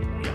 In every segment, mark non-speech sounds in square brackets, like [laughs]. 模样。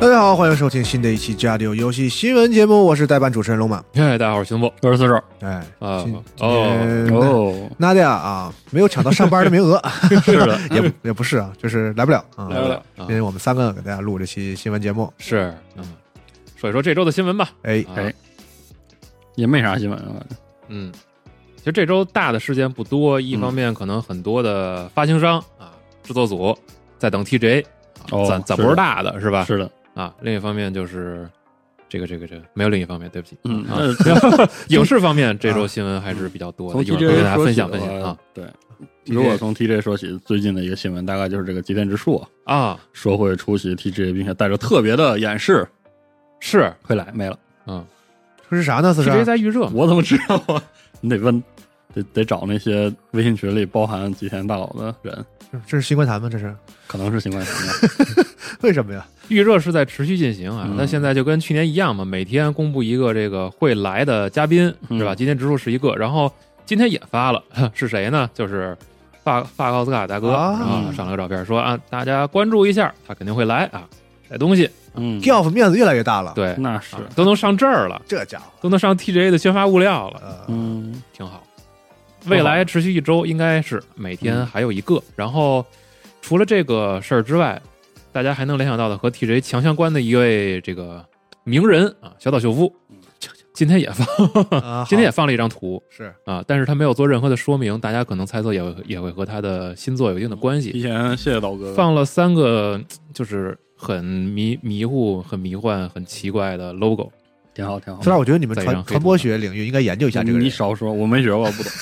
大家好，欢迎收听新的一期《加六游戏新闻节目》，我是代班主持人龙马。嗨，哎大家好，我是邢博，二十四周哎，啊今哦今天哦，娜迪亚啊，没有抢到上班的名额， [laughs] 是的，也不也不是啊，就是来不了啊，来不了，啊因为我们三个给大家录这期新闻节目。是，嗯，所以说这周的新闻吧，哎，啊哎，也没啥新闻啊，嗯，其实这周大的事件不多，一方面可能很多的发行商啊、制作组在等 TJ，哦咱咱是的不是大的是吧？是的，啊，另一方面就是这个这个这个没有另一方面，对不起，嗯，啊那 [laughs] 影视方面这周新闻还是比较多的，从一会儿跟 TJ 大家说分起享的分享话啊，对，如果从 TJ 说起，最近的一个新闻大概就是这个吉田直树啊啊说会出席 TJ，并且带着特别的掩饰是会来，没了，嗯这是啥呢？四十，TJ 在预热嘛，我怎么知道啊？你得问， [laughs] 得得找那些微信群里包含吉田大佬的人，这是新观坛吗？这是可能是新冠什 [laughs] 么为什么呀？预热是在持续进行啊嗯，那现在就跟去年一样嘛，每天公布一个这个会来的嘉宾，嗯是吧？今天植树是一个，然后今天也发了， [laughs] 是谁呢？就是法法奥斯卡大哥啊然嗯后上了个照片，说啊，大家关注一下，他肯定会来啊，带东西，嗯， g e l f 面子越来越大了，，对，那嗯是啊，都能上这儿了，这家伙，都能上 TGA 的宣发物料了，呃，嗯，挺好。未来持续一周，应该是嗯每天还有一个。然后除了这个事儿之外，大家还能联想到的和 TJ 强相关的一位这个名人啊，小岛秀夫，嗯 [laughs] 今天也放，啊今天也好放了一张图是啊，但是他没有做任何的说明，大家可能猜测也会也会和他的新作有一定的关提系。前谢谢刀哥，放了三个就是很迷迷糊、很迷幻、很奇怪的 logo，挺好挺好四，十二，我觉得你们在一传张黑传播学领域应该研究一下这个你人，少说，我没学过，[laughs] 不懂，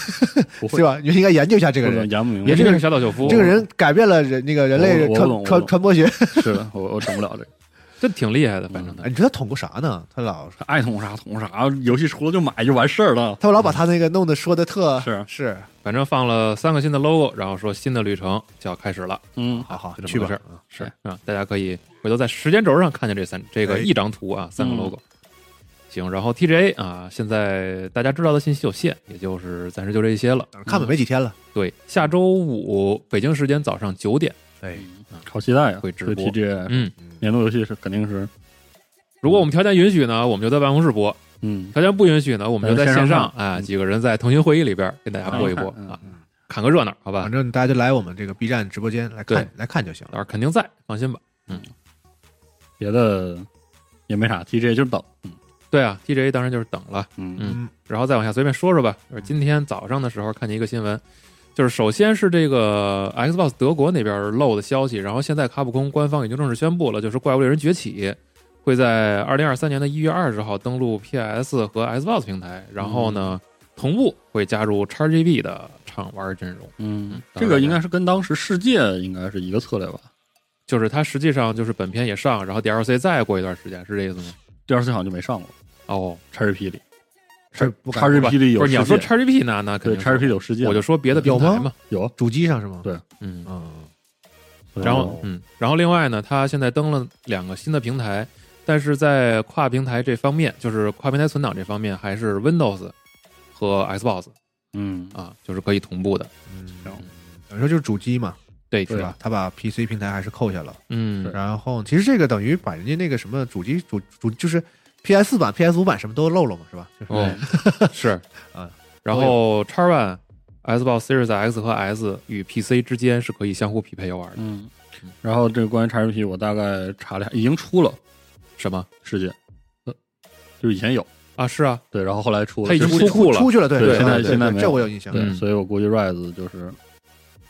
不会对，吧？你们应该研究一嗯下这个不懂人，言不明白也。是小岛秀夫，这个人改变了人那个人类我我传我懂我传懂传播学。是的，我我整不了这个，这挺厉害的，反正他哎，你说他捅过啥呢？他老他爱捅啥捅啥，游戏出了就买就完事儿了。他老把他那个弄得说的特是是，反正放了三个新的 logo，然后说新的旅程就要开始了，嗯，好好就这去么吧个事儿。是啊，大家可以回头在时间轴上看见这三这哎个一张图啊，三个嗯 logo。行，然后 TGA 啊，现在大家知道的信息有限，也就是暂时就这些了。看吧，没几天了。对，下周五北京时间早上九点，哎，好期待啊！会直播这 TG 嗯，年度游戏是肯定是，如果我们条件允许呢，我们就在办公室播；嗯，条件不允许呢，我们就在线线上上啊，几个人在腾讯会议里边跟大家播一播嗯啊，看个热闹，好吧反？正大家就来我们这个 B 站直播间来看对来看就行到时了。候肯定在，放心吧。别的也没啥，TG 就是等，对啊，TGA 当然就是等了。嗯嗯然后再往下随便说说吧。就是今天早上的时候看见一个新闻，就是首先是这个 Xbox 德国那边漏的消息，然后现在卡普空官方已经正式宣布了，就是《怪物猎人崛起》会在二零二三年的一月二十号登陆 PS 和 Xbox 平台，然后呢，同步会加入 XGB 的畅玩阵容。嗯，当然这个应该是跟当时世界应该是一个策略吧就是它实际上就是本片也上，然后 DLC 再过一段时间，是这意思吗？ ，DLC 好像就没上过哦，叉 g p 里，是不敢 g p 里有不是你要世界说 XGP 呢，那肯对定叉是 g p 里有世界，我就说别的平台有嘛吗。有，主机上是吗？对嗯，嗯，然哦后嗯，然后另外呢，它现在登了两个新的平台，但是在跨平台这方面，就是跨平台存档这方面，还是 Windows 和 Xbox 嗯，啊，就是可以同步的。嗯，等于说就是主机嘛，对，是吧？他把 PC 平台还是扣下了，嗯，然后其实这个等于把人家那个什么主机主主就是 PS 版、PS 五版什么都漏了嘛，是吧？就是哦，是啊。然后 X One、Xbox Series X 和 S 与 PC 之间是可以相互匹配游玩的。嗯，然后这个关于 XGP 我大概查了一下，已经出了什么世界，呃就是以前有啊？是啊，对，然后后来出了，它已经就是出库了出去了，对对对现在对对现在对没有这我有印象，对，嗯所以我估计 Rise 就是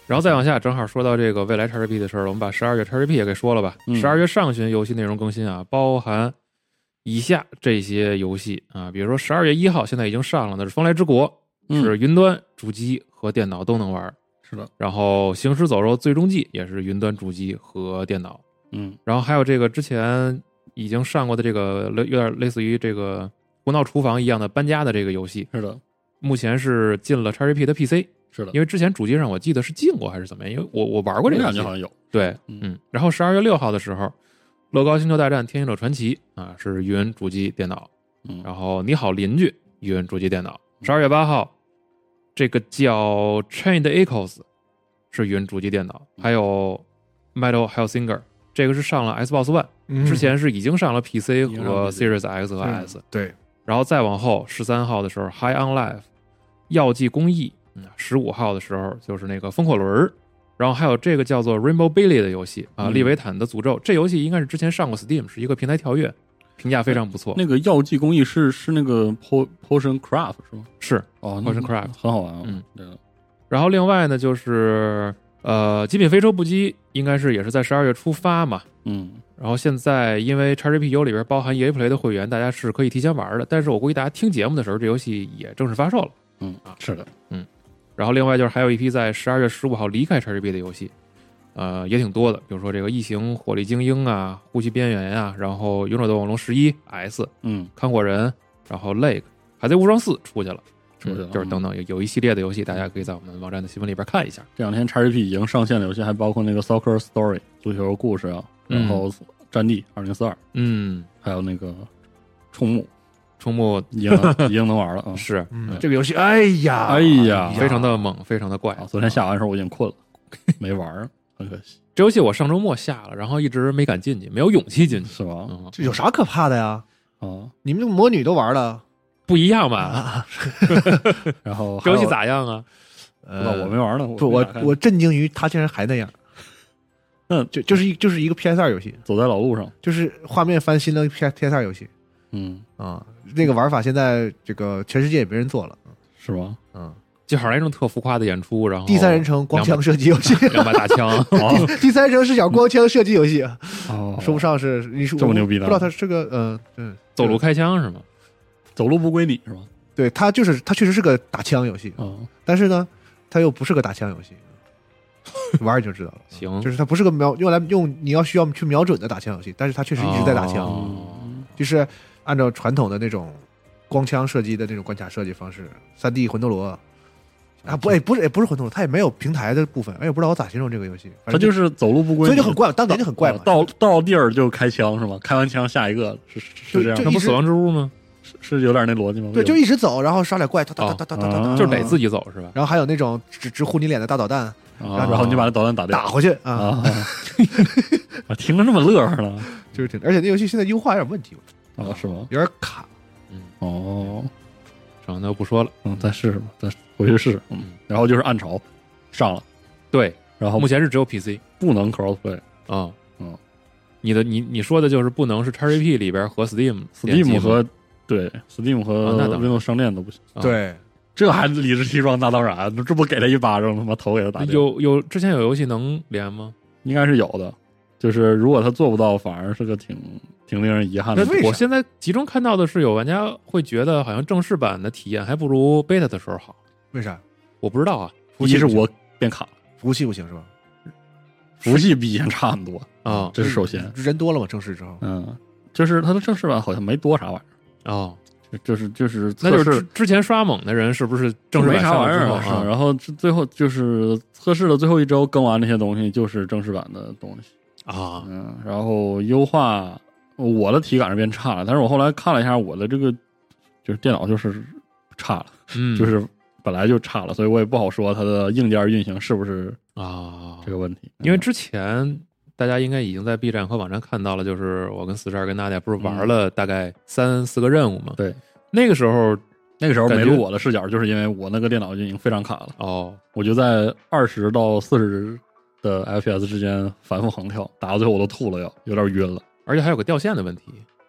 然后再往下，正好说到这个未来 XGP 的事儿了，我们把十二月 XGP 也给说了吧。嗯十二月上旬游戏内容更新啊，包含以下这些游戏啊，比如说十二月一号现在已经上了的是《风来之国》，嗯是云端、主机和电脑都能玩。是的，然后《行尸走肉：最终季》也是云端、主机和电脑。嗯然后还有这个之前已经上过的这个类有点类似于这个《胡闹厨房》一样的搬家的这个游戏，是的目前是进了 XGP 的 PC，是的，因为之前主机上我记得是进过还是怎么样，因为我我玩过这个游感戏觉好。像有，对，嗯嗯。然后十二月六号的时候，《乐高星球大战：天行者传奇》啊是云主机电脑，嗯，然后《你好邻居》云主机电脑。十二月八号，这个叫 Chained Echoes 是云主机电脑，还有 Metal Hellsinger 这个是上了 Xbox One。嗯之前是已经上了 PC 经上和 PC Series X 和 S，、对，然后再往后十三号的时候，High on Life，药剂工艺，十五号的时候就是那个风火轮儿，然后还有这个叫做 Rainbow Billy 的游戏啊，嗯利维坦的诅咒，这游戏应该是之前上过 Steam，是一个平台跳跃，评价非常不错，那个药剂工艺是是那个 po potion craft 是吗？是。哦那 Potion craft 很好玩啊，嗯对的，然后另外呢就是呃，极品飞车不羁应该是也是在十二月初发嘛，嗯然后现在因为 XGPU 里边包含 EA Play 的会员，大家是可以提前玩的。但是我估计大家听节目的时候，这游戏也正式发售了。嗯啊是的，然后另外就是还有一批在十二月十五号离开 XGP 的游戏，呃，也挺多的，比如说这个《异形》《火力精英》啊，《呼吸边缘》啊，然后《勇者斗恶龙十一》S、嗯看火人，然后 Lake、海贼无双四出去了，出去了嗯就是等等有有一系列的游戏，大家可以在我们网站的新闻里边看一下。这两天 XGP 已经上线的游戏还包括那个 Soccer Story 足球故事啊，嗯然后战地二零四二，嗯，还有那个冲木冲木已 [laughs] 经已经能玩了啊。是、嗯嗯，这个游戏，哎呀，哎呀非常的猛，非常的怪啊，。昨天下完的时候我已经困了，没玩儿，很可惜，这游戏我上周末下了，然后一直没敢进去，没有勇气进去。是吧？嗯，这有啥可怕的呀？啊，你们那个魔女都玩了，不一样吧？然 [laughs] 后这游戏啊咋还有？样啊？不知道呃我没玩呢，我不，我没打开我震惊于它竟然还那 [laughs] 样。嗯就就是一就是一个 PS 二游戏，走在老路上，就是画面翻新的 PS PS 二游戏嗯，啊、那个玩法现在这个全世界也没人做了。是吧？嗯，就好像那种特浮夸的演出，哦然后第三人称光枪射击 [laughs] 游戏，两把大枪，第三人称视角光枪射击游戏，啊哦说不上是你说这么牛逼的不知道它是个呃嗯走路开枪是吗？走路不归你是吧？对它就是它确实是个打枪游戏，啊，但是呢，它又不是个打枪游戏，玩儿你就知道 [laughs] 嗯了。行，就是它不是个瞄用来用你要需要去瞄准的打枪游戏，但是它确实一直在打枪，哦嗯就是按照传统的那种光枪射击的那种关卡设计方式，三 D 魂斗罗啊不哎不是哎不是魂斗罗，它也没有平台的部分，哎我不知道我咋形容这个游戏，反他正就是啊走路不归所你，以就很怪，当年就很怪嘛，到到地儿就开枪是吗？开完枪下一个是是是这样就那吗，不死亡之屋吗？是是有点那逻辑吗？对就一直走，然后杀点怪，哒哒哒哒哒哒哒，哦就是得自己走是吧？然后还有那种直直呼你脸的大导弹啊然后你把那导弹打掉打回去啊， [laughs] 啊！我听着这么乐呵呢就是挺，而且那游戏现在优化有点问题，啊，是吗？有点卡，哦，成，那不说了。嗯，再试试吧，再回去试试。嗯，然后就是暗潮上了，对，然后目前是只有 PC 不能 crossplay 啊。嗯，你的你你说的就是不能是 XGP 里边和 Steam 嗯联机 Steam 吗和对 Steam 啊哦和那当然 Windows 商店都不行。啊对，这还理直气壮？那当然，这不给他一巴掌，他妈头给他打掉。有有之前有游戏能连吗？应该是有的，就是如果他做不到，反而是个挺挺令人遗憾的那事。为啥我现在集中看到的是，有玩家会觉得好像正式版的体验还不如 beta 的时候好。为啥？我不知道啊服务一器是不行我变卡了，服务器不行是吧？服务器比以前差很多，啊这是首先。人多了嘛，正式之后，嗯，就是它的正式版好像没多啥玩意哦，儿，就就是就是那就嗯是测试之之前刷猛的人是不是正式没版啥上玩意了之儿后了啊是然后这最后就是测试的最后一周更完那些东西，就是正式版的东西。啊？嗯，然后优化，我的体感是变差了，但是我后来看了一下，我的这个就是电脑就是差了，嗯，就是本来就差了，所以我也不好说它的硬件运行是不是啊这，个问题，因为之前大家应该已经在 B 站和网站看到了，就是我跟四十二跟娜姐不是玩了大概三四个任务嘛？嗯对，那个时候那个时候感没觉录我的视角，就是因为我那个电脑运营非常卡了，哦，我就在二十到四十的 FPS 之间反复横跳，打到最后我都吐了要，有点晕了。而且还有个掉线的问题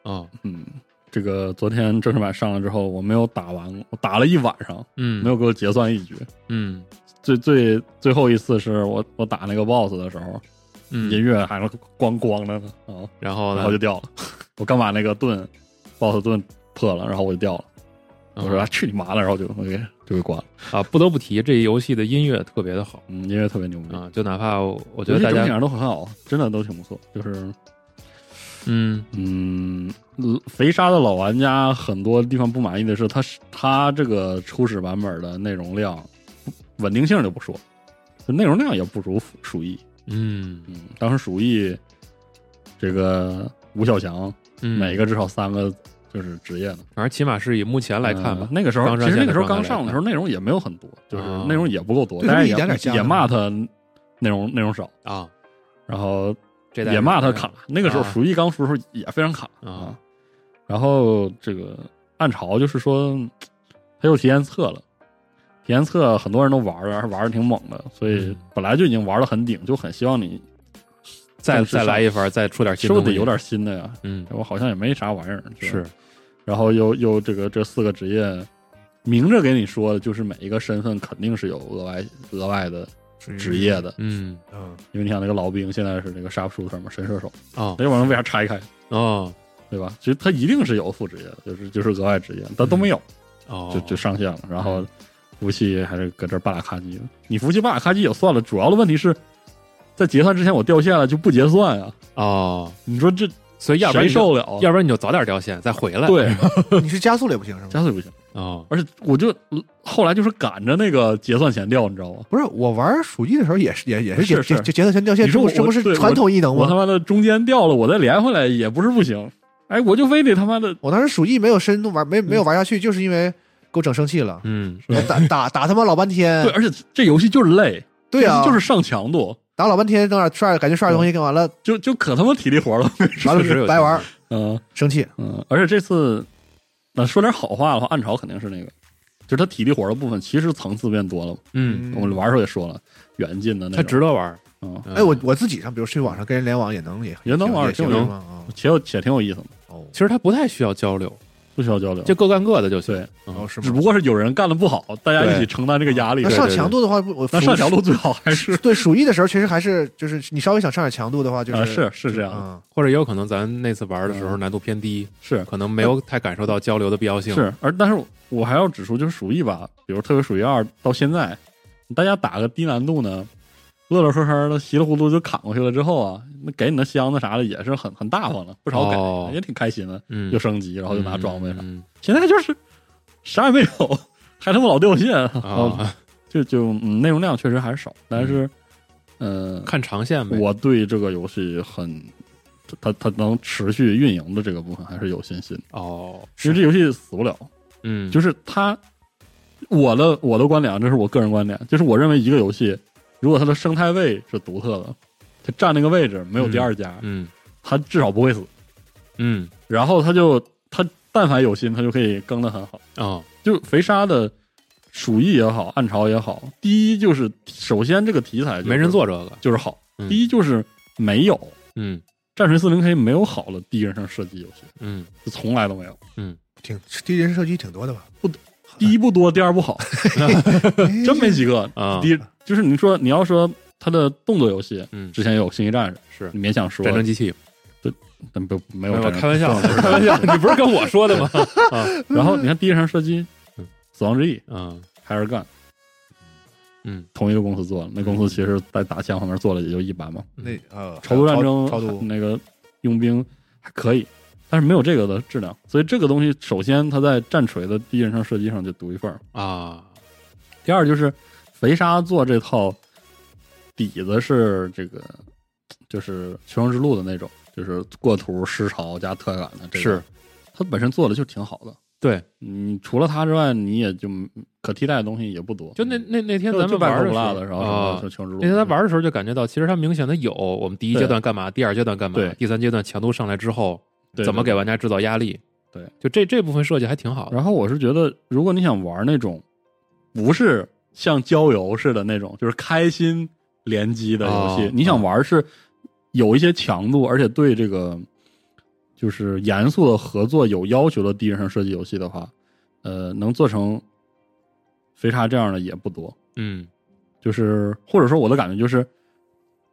啊，嗯，这个昨天正式版上了之后，我没有打完过，我打了一晚上，嗯，没有给我结算一局。嗯，最最最后一次是我我打那个 BOSS 的时候，嗯音嗯，乐还是咣咣的呢啊，然后然呢后就，掉了。 [laughs] 我刚把那个盾 BOSS 盾破了，然后我就掉了。我嗯说、啊、去你妈了，然后就我给就给关了。啊，不得不提这游戏的音乐特别的好嗯，音乐特别牛逼，啊，就哪怕我我我觉得大整体家上都很好，真的都挺不错。就是嗯嗯，肥沙的老玩家很多地方不满意的是，它是它这个初始版本的内容量稳定性就不说，就内容量也不如鼠疫。嗯嗯，当时鼠疫这个吴小强、嗯，每个至少三个就是职业呢。反正起码是以目前来看吧嗯，那个时候刚上其实那个时候线的状刚态上的时候内容也没有很多，就是啊内容也不够多，对但他们是也一点点加也的骂他内容内容少，啊，然后这代也人骂他卡。那个时候啊鼠疫刚出的时候也非常卡啊。然后这个暗潮就是说，他又体验测了，体验测很多人都玩了，而玩的挺猛的，所以嗯本来就已经玩的很顶，就很希望你再正式再来上，一番，再出点新是不东是西，得有点新的呀？嗯我好像也没啥玩意儿，吧是然后又又这个这四个职业，明着给你说的就是每一个身份肯定是有额外额外的职业，的，嗯嗯，因为你想那个老兵现在是这个 sharpshooter 嘛，神射手，哦那玩意儿为啥拆开，哦对吧？其实他一定是有副职业的，就是就是额外职业，但都没有，哦，就就上线了。然后服务器还是搁这儿巴拉咔叽的，你服务器巴拉咔叽也算了，主要的问题是在结算之前我掉线了就不结算啊，哦，你说这所以要不然谁你就受得了啊？要不然你就早点掉线再回来，对，你是加速了也不行是吗？加速也不行。哦而且我就后来就是赶着那个结算前掉，你知道吗？不是，我玩鼠疫的时候也是也也是是节节是节节奏先掉线，你这说不我这不是对传统异能我他吗？妈的中间掉了，我再连回来也不是不行。哎，我就非得他妈的，我当时鼠疫没有深度玩，没没有玩下去，就是因为给我整生气 [laughs] 了，嗯我打打打他妈老半天对，，而啊且这游戏就是累，对啊，就是上强度，打老半天，等点刷感觉刷点东西干完了，就就可他妈体力活了。完了确实有就白玩，嗯生气。嗯，而且这次，那说点好话的话，暗潮肯定是那个，就是他体力活的部分，其实层次变多了。嗯，我们玩的时候也说了，远近的那它种，值得玩。嗯，嗯哎，我我自己上，比如去网上跟人联网也能也也能玩也行也能是吗？啊且有且挺有意思的，哦其实它不太需要交流，不需要交流。就各干各的就行嗯对，哦是只吗？不过是有人干的不好，大家一起对承担这个压力那。上强度的话，不我那上强度最好还是对鼠疫的时候，其实还是就是你稍微想上点强度的话，就啊，是是是这样的，嗯，或者也有可能咱那次玩的时嗯候难度偏低，是可能没有太感受到交流的必要性。是，而但是我还要指出，就是鼠疫吧，比如特别鼠疫二到现在，大家打个低难度呢，乐乐呵呵的稀里糊涂就砍过去了之后啊，那给你的箱子啥的也是很很大方了，不少给，哦也挺开心的，嗯，又升级，然后就拿装备啥。嗯现在就是啥也没有，还他妈老掉线，嗯然后啊，就就、嗯、内容量确实还是少，但是嗯、看长线呗。我对这个游戏很。它它能持续运营的这个部分还是有信心的，哦，因为这游戏死不了，嗯，就是他，我的我的观点，啊，这是我个人观点，就是我认为一个游戏，如果它的生态位是独特的，它占那个位置没有第二家，嗯它至少不会死。嗯然后它就它但凡有心，它就可以更得很好。哦就肥沙的鼠疫也好，暗潮也好，第一就是首先这个题材、没人，做这个，就是好。嗯第一就是没有嗯战锤四零 K 没有好的第一人称射击游戏，嗯就从来都没有。挺第一人射击挺多的吧？ [laughs] 第一不多，第二不好，真 [laughs] 哎真没几个。啊第一就是你说你要说它的动作游戏，嗯之前有《星际战是》，士你勉强说战争机器，但不没没有有战争开玩笑， [laughs] [laughs] 开玩笑，你不是跟我说的吗？ [laughs] 然后你看第一人称射击，嗯死亡之翼》嗯还是干，嗯，同一个公司做的。那公司其实在打枪方面做的也就一般嘛。那呃，超度战争，超度那个佣兵还可以，但是没有这个的质量。所以这个东西，首先它在战锤的第一人称射击上就独一份儿。啊，第二就是肥沙做这套底子是这个，就是《求生之路》的那种，就是过图尸潮加特感的这个。是它本身做的就挺好的。对，你除了它之外，你也就可替代的东西也不多。就那那那天就咱们就半玩口的时不落候的，然后什么啊就，《求生之路》那天咱玩的时候就感觉到，其实它明显的有我们第一阶段干嘛，第二阶段干嘛对，第三阶段强度上来之后，对怎么对给玩家制造压力？对，就这这部分设计还挺好的。然后我是觉得，如果你想玩那种不是像郊游似的那种，就是开心联机的游戏，哦你想玩是有一些强度，而且对这个就是严肃的合作有要求的第一人称射击游戏的话，呃，能做成肥叉这样的也不多。嗯就是或者说我的感觉就是，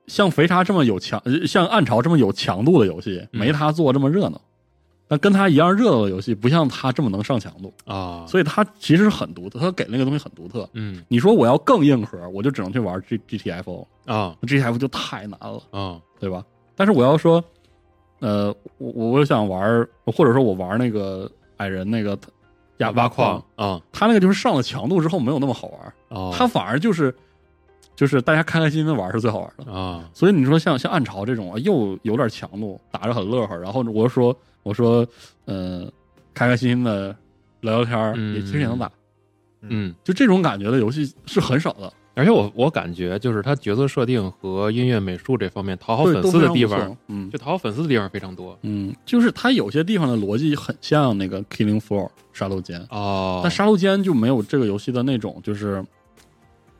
像肥叉这么有强，呃像暗潮这么有强度的游戏，嗯没他做这么热闹。但跟他一样热闹的游戏，不像他这么能上强度。啊，所以它其实很独特，它给那个东西很独特。嗯你说我要更硬核，我就只能去玩 G G T F O，啊 G T F 就太难了，啊对吧？但是我要说，呃，我我我想玩，或者说我玩那个矮人那个亚挖矿，啊啊他那个就是上了强度之后没有那么好玩，哦，他反而就是就是大家开开心心的玩是最好玩的。啊所以你说像像暗潮这种啊，又有点强度，打着很乐呵。然后我说我说，呃，开开心心的聊聊天儿，嗯也其实也能打。嗯，就这种感觉的游戏是很少的，而且我我感觉就是他角色设定和音乐美术这方面讨好对，粉都丝非的常地不错方，，嗯就讨好粉丝的地方非常多嗯，就是它有些地方的逻辑很像那个 Killing Floor 杀戮间，哦但杀戮间就没有这个游戏的那种就是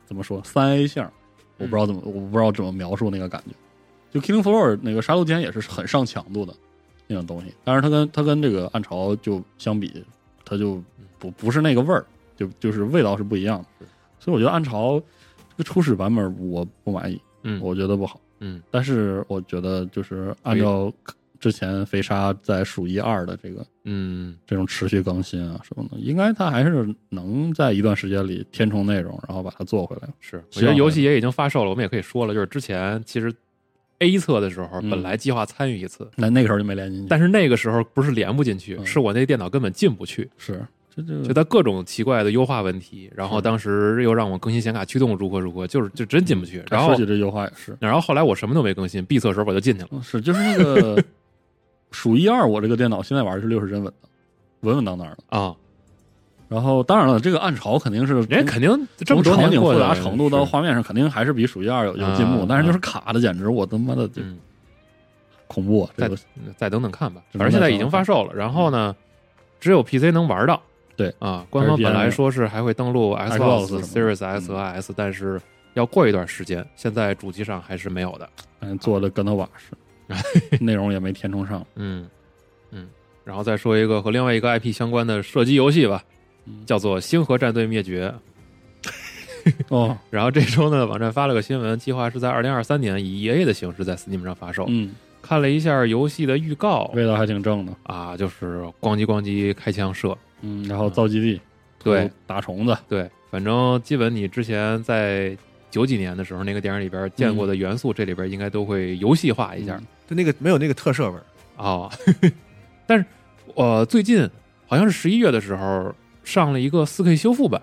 怎么说三 A 项，我不知道嗯怎么、我不知道怎么描述那个感觉。就 Killing Floor 那个杀戮间也是很上强度的那种东西，但是它跟它跟这个暗潮就相比，它就不不是那个味儿，就就是味道是不一样的。所以我觉得暗潮这个初始版本我不满意，嗯我觉得不好。嗯，但是我觉得就是按照之前肥沙在数一二的这个嗯这种持续更新啊什么的，应该它还是能在一段时间里填充内容，然后把它做回来。是，我希觉得望游会戏也已经发售了，我们也可以说了，就是之前其实 A 测的时候嗯本来计划参与一次，那那个时候就没连进去，但是那个时候不是连不进去，嗯是我那电脑根本进不去，是这就就它各种奇怪的优化问题，然后是当时又让我更新显卡驱动如何如何，就是就真进不去。然后嗯说起这优化也是，然后后来我什么都没更新，B 测的时候我就进去了。嗯是就是那 [laughs] 个数一二，我这个电脑现在玩的是六十帧稳的，稳稳当当的。啊，然后当然了，这个暗潮肯定是人家肯定这么从多场年景过复来杂了程度到是画面上，肯定还是比数一二有有进步啊，但是就是卡的，简直我他妈的就嗯，恐怖啊！这再个再等等看吧，只能反正现再在等已经等发售了。然后呢，只有 PC 能玩到。对啊，官方 PS 本来说是还会登录 Xbox 什 Xbox 么的嗯 Series S 和 S，但是要过一段时间，现在主机上还是没有的。嗯，做的跟头瓦啊似，内容也没填 [laughs] 充上。嗯嗯，然后再说一个和另外一个 IP 相关的射击游戏吧，嗯叫做《星河战队灭绝》。哦，然后这周呢，网站发了个新闻，计划是在二零二三年以 EA 的形式在 Steam 上发售。嗯，看了一下游戏的预告味道还挺正的。啊，就是咣叽咣叽开枪射，嗯，然后造基地，对，打虫子，对，反正基本你之前在九几年的时候那个电影里边见过嗯的元素，这里边应该都会游戏化一下啊、就那个没有那个特色味儿，哦 [laughs] 但是，呃，最近好像是十一月的时候上了一个四 K 修复版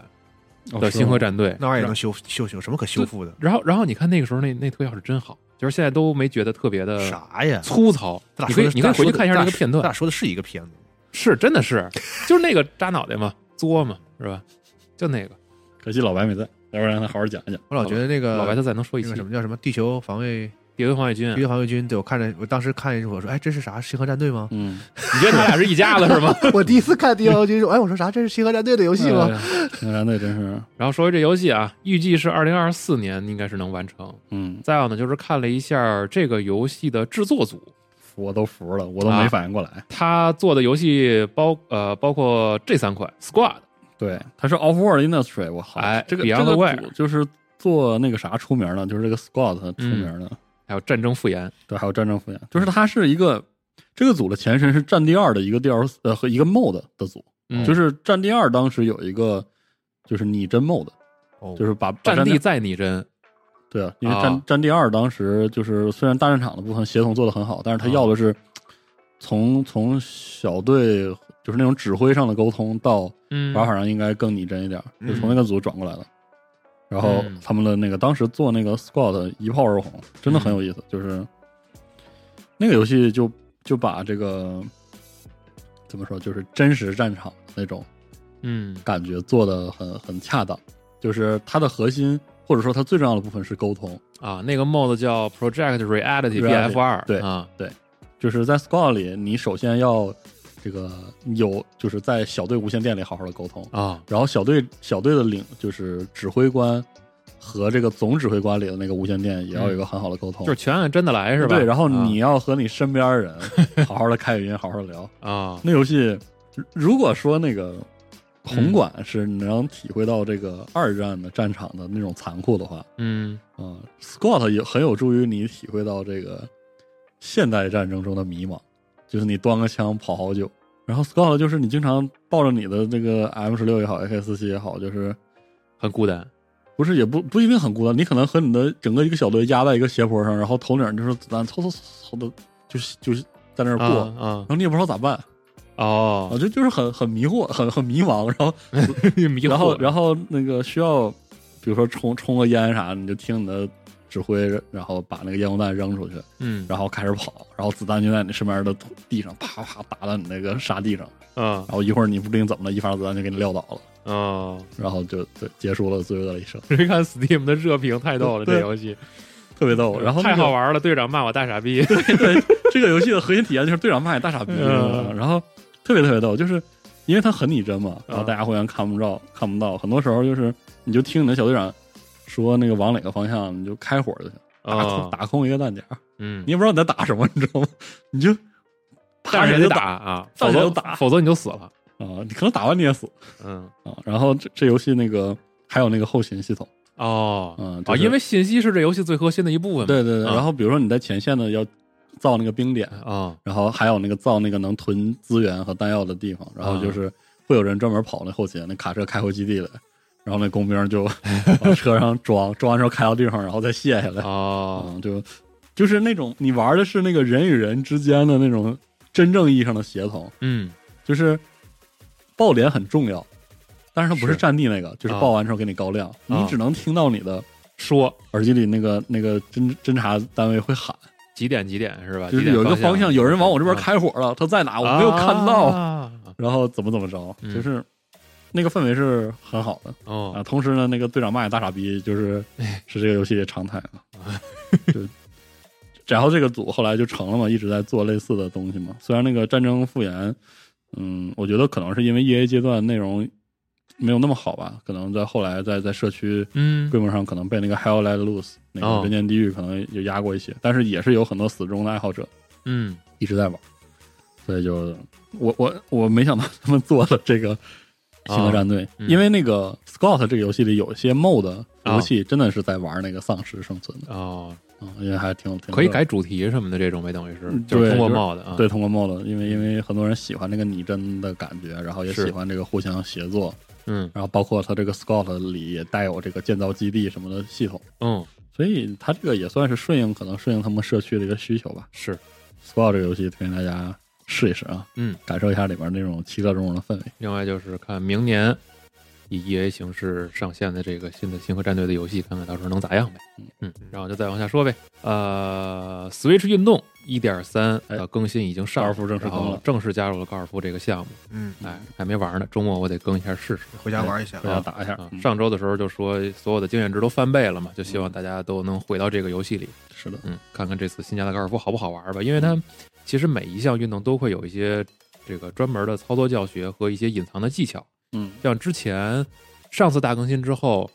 哦的《星河，是吗战队》那玩意儿也能修修修，什么可修复的？然后，然后你看那个时候那那特效是真好，就是现在都没觉得特别的啥呀？粗糙。咱俩你可说的以呃你可以回去看一下那个片咱俩段，说的是一个片子，是真的是就是那个扎脑袋嘛，作嘛是吧？就那个可惜老白没在，要不然他好好讲一讲。？我老觉得那个老白他嗯再能说一呃那期个什么叫什么地球防卫别问 [laughs] 黄伟军地，球防卫军，对我看着我当时看着我说，哎，这是啥星河战队吗嗯，你觉得他俩是一家子是吗？ [laughs] 我第一次看地球防卫军说，哎，我说啥？这是星河战队的游戏呃吗？星河战队真是，然后说回这游戏啊，预计是二零二四年应该是能完成。嗯，再有呢，就是看了一下这个游戏的制作组，我都服了，我啊都没反应过来。他做的游戏包呃包括这三款 Squad，对，他是 Off World Industry，我好哎，这个 Beyond 这个 Wire 组就是做那个啥出名了，就是这个 Squad 出嗯名了，还有战争复原，对，还有战争复原，就是它是一个这个组的前身是战地二的一个 DLC 呃和一个 MOD 的组，嗯就是战地二当时有一个就是拟真 MOD，哦就是把把战地再拟真，对啊，因为啊战、战地二当时就是虽然大战场的部分协同做的很好，但啊是他要的是从、从小队就是那种指挥上的沟通到嗯玩法上应该更拟真一点，嗯就从那个组转过来的。然后嗯他们的那个当时做那个 squad 一炮而红，真的很有意嗯思。就是那个游戏就就把这个怎么说，就是真实战场那种嗯感觉做的很很恰当。就是它的核心或者说它最重要的部分是沟通，啊，那个 mod 叫 Project Reality Reality， BF 二，对啊，就是在 Squad 里，你首先要这个有，就是在小队无线电里好好的沟通，啊，然后小队小队的领就是指挥官和这个总指挥官里的那个无线电也要有一个很好的沟通，就是全按真的来是吧？对，然后啊你要和你身边 [laughs] 人好好的开语音，好好地聊。啊，那游戏如如果说那个红馆是能体会到这个二战的战场的那种残酷的话，嗯啊、s q u a t 也很有助于你体会到这个现代战争中的迷茫，就是你端个枪跑好久。然后 Squat 就是你经常抱着你的这个 M 十六也好，AK 四七也好，就是很孤单，不是也不不一定很孤单，你可能和你的整个一个小队压在一个斜坡上，然后头顶就是子弹嗖嗖嗖嗖的，就是就是在那儿过，啊啊然后你也不知道咋办，啊，哦，就就是很很迷惑， [laughs] 很很迷茫，然后 [laughs] [laughs] 迷惑然后然后那个需要，比如说冲冲个烟啥，你就听你的指挥，然后把那个烟雾弹扔出去，嗯然后开始跑，然后子弹就在你身边的地上啪啪打到你那个沙地上，嗯然后一会儿你不定怎么了，一发子弹就给你撂倒了，哦，然后就对结束了罪恶的一 [laughs] 生，你看 Steam 的热评太逗了，对这游戏特别逗。然后、嗯那太个好玩了，队长骂我大傻 [laughs] 逼，这个游戏的核心体验就是队长骂你大傻逼，嗯然后特别特别逗，就是因为它很拟真嘛，然后嗯大家互相看不着看不到，很多时候就是你就听你的小队长说那个往哪个方向，你就开火就行，打空啊，打空一个弹点儿，嗯你，也不知道你在打什么，你知道吗？你就但是得就打啊，否站起来则就打否则你就死了，啊，你可能打完你也死嗯。啊。然后这这游戏那个还有那个后勤系统，哦，嗯就啊，是因为信息是这游戏最核心的一部分嘛。对对对。啊然后比如说你在前线呢，要造那个冰点，啊，然后还有那个造那个能囤资源和弹药的地方，然后啊就是会有人专门跑那后勤，那卡车开回基地来，然后那工 [laughs] 兵就往车上装，装完之后开到地方，然后再卸下来，哦，嗯，就就是那种你玩的是那个人与人之间的那种真正意义上的协同，嗯，就是爆脸很重要，但是它不是是战地那个，就是啊爆完之后给你高亮，你啊只能听到你的说耳机里那个那个侦侦察单位会喊。几点几点是吧？就是几啊点有一个方方向，有人往我这边，开火了，他在哪？啊我没有看到。啊然后怎么怎么着，嗯就是那个氛围是很好的啊。哦，同时呢，那个队长骂你大傻逼，就是是这个游戏的常态嘛。 [laughs] 就然后这个组后来就成了嘛，一直在做类似的东西嘛。虽然那个战争复原，嗯，我觉得可能是因为 E A 阶段内容没有那么好吧，可能在后来在在社区嗯规模上可能被那个 Hell Let Loose 那个哦人间地狱可能也压过一些，但是也是有很多死忠的爱好者嗯一直在玩，所以就我我我没想到他们做了这个啊星河战队，嗯因为那个 Scout 这个游戏里有一些 MOD 啊游戏真的是在玩那个丧尸生存的，哦，啊、因为还挺有挺可以乐改主题什么的，这种呗，等于是嗯就是对通过就是 mod 啊，对通过 MOD，因为因为很多人喜欢这个拟真的感觉，然后也是喜欢这个互相协作，嗯然后包括它这个 Scout 里也带有这个建造基地什么的系统。嗯所以它这个也算是顺应，可能顺应他们社区的一个需求吧。是 Squad 这个游戏推荐大家试一试啊，嗯，啊感受一下里面那种七个钟的氛围。另外就是看明年以 EA 形式上线的这个新的《星河战队》的游戏，看看到时候能咋样呗。嗯，然后就再往下说呗。呃，Switch 运动一点三哎呃更新已经上了，高尔夫正式然更后了正式加入了高尔夫这个项目。嗯，哎，还没玩呢，周末我得更一下试试。回家玩一下大。家打一下啊，嗯上周的时候就说所有的经验值都翻倍了嘛，就希望大家都能回到这个游戏里，是的，嗯，看看这次新加的高尔夫好不好玩吧，因嗯为它其实每一项运动都会有一些这个专门的操作教学和一些隐藏的技巧。嗯，像之前上次大更新之后，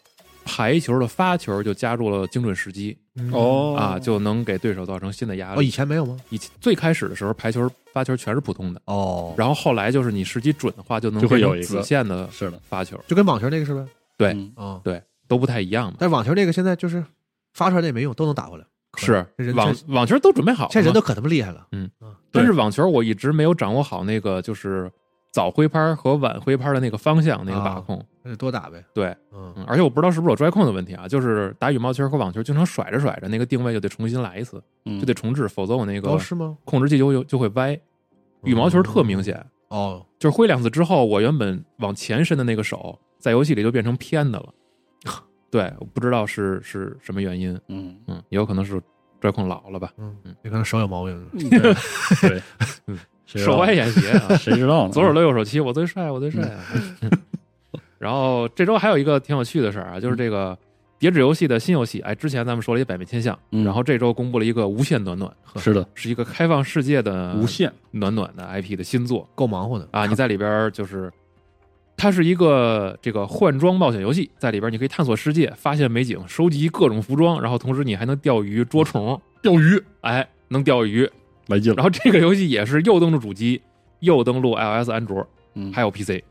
排球的发球就加入了精准时机、嗯哦啊，就能给对手造成新的压哦，以力。前没有吗？以前最开始的时候，排球发球全是普通的，哦，然后后来就是你时机准的话，就能就会变成有一个子线的哎是的，发球。就跟网球那个是呗。对嗯哦，都不太一样嘛。但是网球这个现在就是发出来的也没用，都能打回来。是人网网球都准备好了嘛，现在人都可他妈厉害了，但是网球我一直没有掌握好那个就是早挥拍和晚挥拍的那个方向那个啊把控。那就多打呗。对，嗯，嗯，而且我不知道是不是我拽控的问题啊，就是打羽毛球和网球经常甩着甩着，那个定位就得重新来一次，嗯就得重置，否则我那哦个是吗？嗯控制器就就就会歪。羽毛球特明嗯显，哦，就是挥两次之后，我原本往前伸的那个手，在游戏里就变成偏的 [laughs] 了。对，我不知道是是什么原因，嗯，嗯，也有可能是拽控老了吧，嗯，你可能手有毛病。 [laughs] 对，对嗯谁知道手歪眼斜 [laughs] 啊，谁知道呢？左手，溜右手七，我最帅，我最帅。啊嗯 [laughs] 然后这周还有一个挺有趣的事儿啊，嗯就是这个叠纸游戏的新游戏，哎，之前咱们说了一百面千相，嗯然后这周公布了一个《无限暖暖》，是的，是一个开放世界的无限，暖暖的 IP 的新作够忙活的啊，你在里边儿就是。它是一个这个换装冒险游戏，在里边儿你可以探索世界，发现美景，收集各种服装，然后同时你还能钓鱼、捉虫，钓鱼哎，能钓鱼。来劲了然，后这个游戏也是又登录主机，又登录 iOS、安卓，嗯还有 PC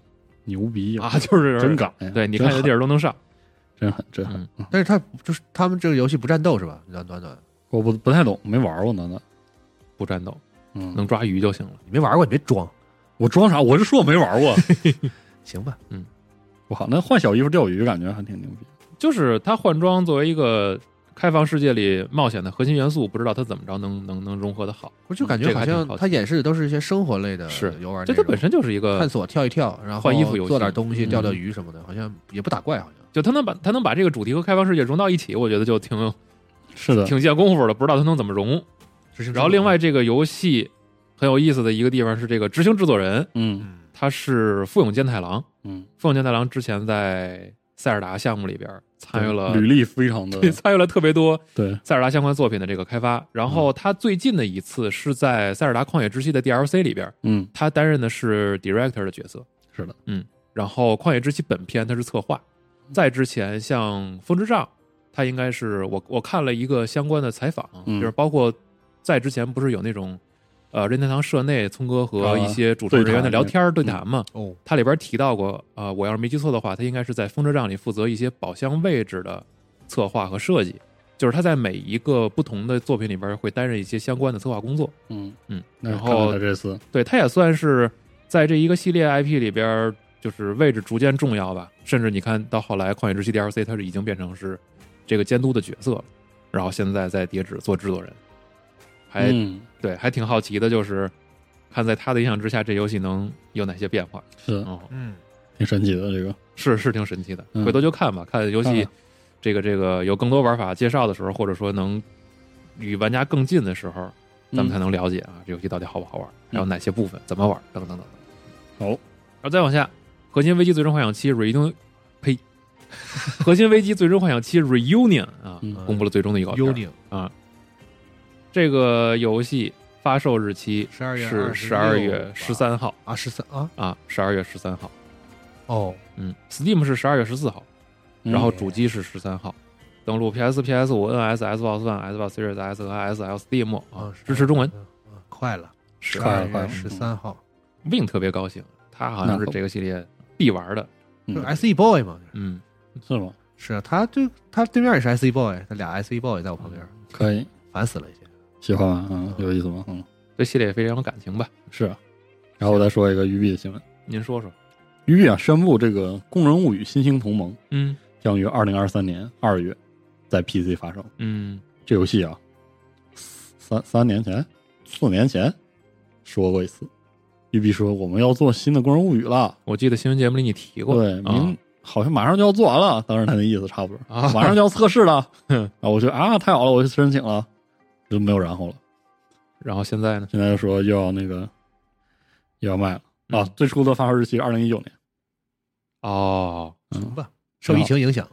牛逼呀，啊，就是真敢呀！对，你看真的狠地儿都嗯能上。真狠，真狠。嗯但是他就是他们这个游戏不战斗是吧？暖暖暖，我不不太懂，没玩过呢。不战斗，嗯，能抓鱼就行了。你没玩过，你别装，我装啥？我是说我没玩过。行吧？我靠，那换小衣服钓鱼感觉还挺牛逼。就是它换装作为一个开放世界里冒险的核心元素，不知道它怎么着能能能融合的好。我就嗯感这觉个好还挺像好奇他演示的都是一些生活类的是游玩内容，这它本身就是一探个，索跳一跳，然后换衣服游戏做点东西，嗯钓钓鱼什么的，好像也不打怪，好像就它能把它能把这个主题和开放世界融到一起，我觉得就挺是的，挺见功夫的。不知道它能怎么融。执行制度。然后另外这个游戏很有意思的一个地方是，这个执行制作人嗯嗯，他是富永健太郎，嗯，富永健太郎之前在塞尔达项目里边参与了履历非常的对， [laughs] 参与了特别多对，塞尔达相关作品的这个开发。然后他最近的一次是在《塞尔达旷野之息》的 DLC 里边，嗯，他担任的是 director 的角色。是的，嗯。然后《旷野之息》本片他是策划，在之前像《风之杖》，他应该是我我看了一个相关的采访，嗯就是包括在之前不是有那种。呃，任天堂社内，聪哥和一些主持人员的聊天儿对谈嘛，哦，它里边提到过，呃，我要是没记错的话，它应该是在风车帐里负责一些宝箱位置的策划和设计，就是他在每一个不同的作品里边会担任一些相关的策划工作。嗯嗯，那然看看后他这次，对，它也算是在这一个系列 IP 里边，就是位置逐渐重要吧。甚至你看到后来《旷野之息》DLC，它是已经变成是这个监督的角色了，然后现在在叠纸做制作人，还、嗯，对，还挺好奇的，就是看在他的影响之下，这游戏能有哪些变化。是嗯，嗯，挺神奇的这个，是是挺神奇的，嗯回头就看吧，看游看戏看这个这个有更多玩法介绍的时候，或者说能与玩家更近的时候，咱嗯们才能了解啊，这游戏到底好不好玩，还有哪些部分，怎么玩，等等等等。好，嗯然后再往下，《核心危机：最终幻想七 Reunion》，呸， [laughs] 《核心危机：最终幻想七 Reunion》啊，嗯公布了最终的预告片幽灵啊，这个游戏发售日期十二月是十二二月十三号啊，十三啊，啊，十二月十三号，哦，嗯，Steam 是十二月十四号。嗯然后主机是十三号，登录 PS、PS 五、NS、Xbox One、Xbox Series S 和 S、L、Steam 啊啊，支持中文。嗯，嗯快了，是快二了快月了十三号 Win 特别高兴，他好像是这个系列必玩的。嗯就是，SE Boy 嘛，嗯，是吗？是啊，他就他对面也是 SE Boy，他俩 SE Boy 在我旁边，可以，烦死了已经。喜欢吗？嗯，有意思吗？嗯，对系列也非常有感情吧？是啊。然后我再说一个育碧的新闻，您说说。育碧啊宣布这个《工人物语：新兴同盟》嗯将于二零二三年二月在 PC 发售。嗯，这游戏啊，三三年前、四年前说过一次，育碧说我们要做新的《工人物语》了，我记得新闻节目里你提过。对，明、好像马上就要做完了，当然他那意思差不多，啊嗯马上就要测试 [laughs] 了。哼啊，我觉得啊，太好了，我去申请了，就没有然后了。然后现在呢？现在就说又要那个又要卖了啊，嗯最初的发售日期二零一九年，哦，嗯，吧，受疫情影响，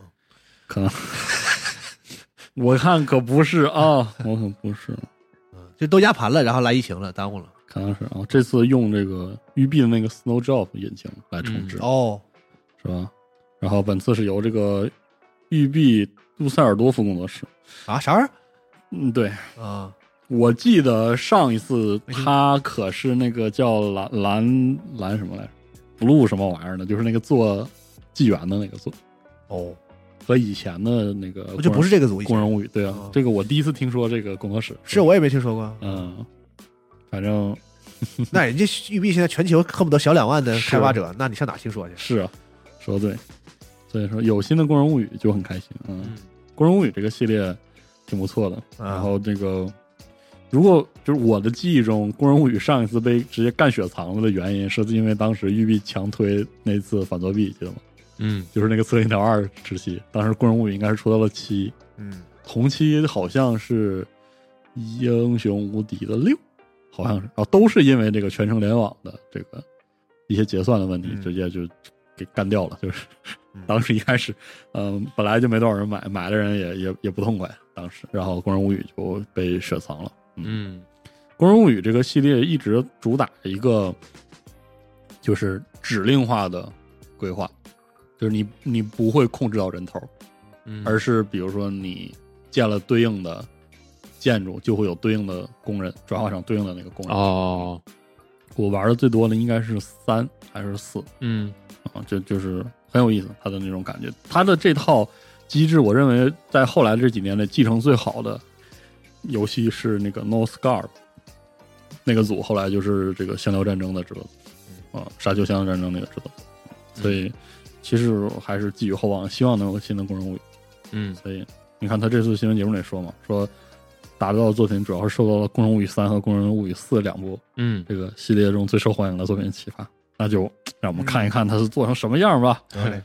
可能 [laughs] 我看可不是 [laughs] 啊，我可不是，嗯，就都压盘了，然后来疫情了，耽误了。可能是啊，这次用这个育碧的那个 Snowdrop 引擎来重嗯置，哦，是吧？然后本次是由这个育碧杜塞尔多夫工作室，啊，啥玩意嗯，对，儿啊？我记得上一次他可是那个叫蓝蓝蓝什么来着，blue 什么玩意儿的，就是那个做纪元的那个做哦，和以前的那个就不是这个组以前工人物语，对啊哦，这个我第一次听说这个工作室，是我也没听说 [laughs] 过。嗯，反正那人家育碧现在全球恨不得小两万的是开发 [laughs] 者，那你上哪听说去？是啊，说的对，所以说有新的工人物语就很开心，嗯嗯，工人物语这个系列挺不错的，啊然后这个。如果就是我的记忆中，《工人物语》上一次被直接干雪藏了的原因，是因为当时育碧强推那次反作弊，记得吗？嗯，就是那个《刺客信条二》时期，当时《工人物语》应该是出到了七，嗯，同期好像是《英雄无敌》的六，好像是啊，都是因为这个全程联网的这个一些结算的问题，嗯直接就给干掉了。就是嗯 [laughs] 当时一开始，嗯、本来就没多少人买，买的人也也也不痛快，当时，然后《工人物语》就被雪藏了。嗯， 《工人物语》这个系列一直主打一个就是指令化的规划，就是你你不会控制到人头，嗯而是比如说你建了对应的建筑，就会有对应的工人转化成对应的那个工人。哦，我玩的最多的应该是三还是四嗯啊，就就是很有意思，它的那种感觉，它的这套机制，我认为在后来这几年内继承最好的游戏是那个 No Scar 那个组，后来就是这个香料战争的制作嗯组啊，沙丘香料战争那个制作组，所以其实我还是寄予厚望，希望能有个新的工人物语。嗯所以你看他这次新闻节目里说嘛，说打造的作品主要是受到了《工人物语三》和《工人物语四》两部嗯，这个系列中最受欢迎的作品启发。那就让嗯我们看一看它是做成什么样吧， [laughs] 对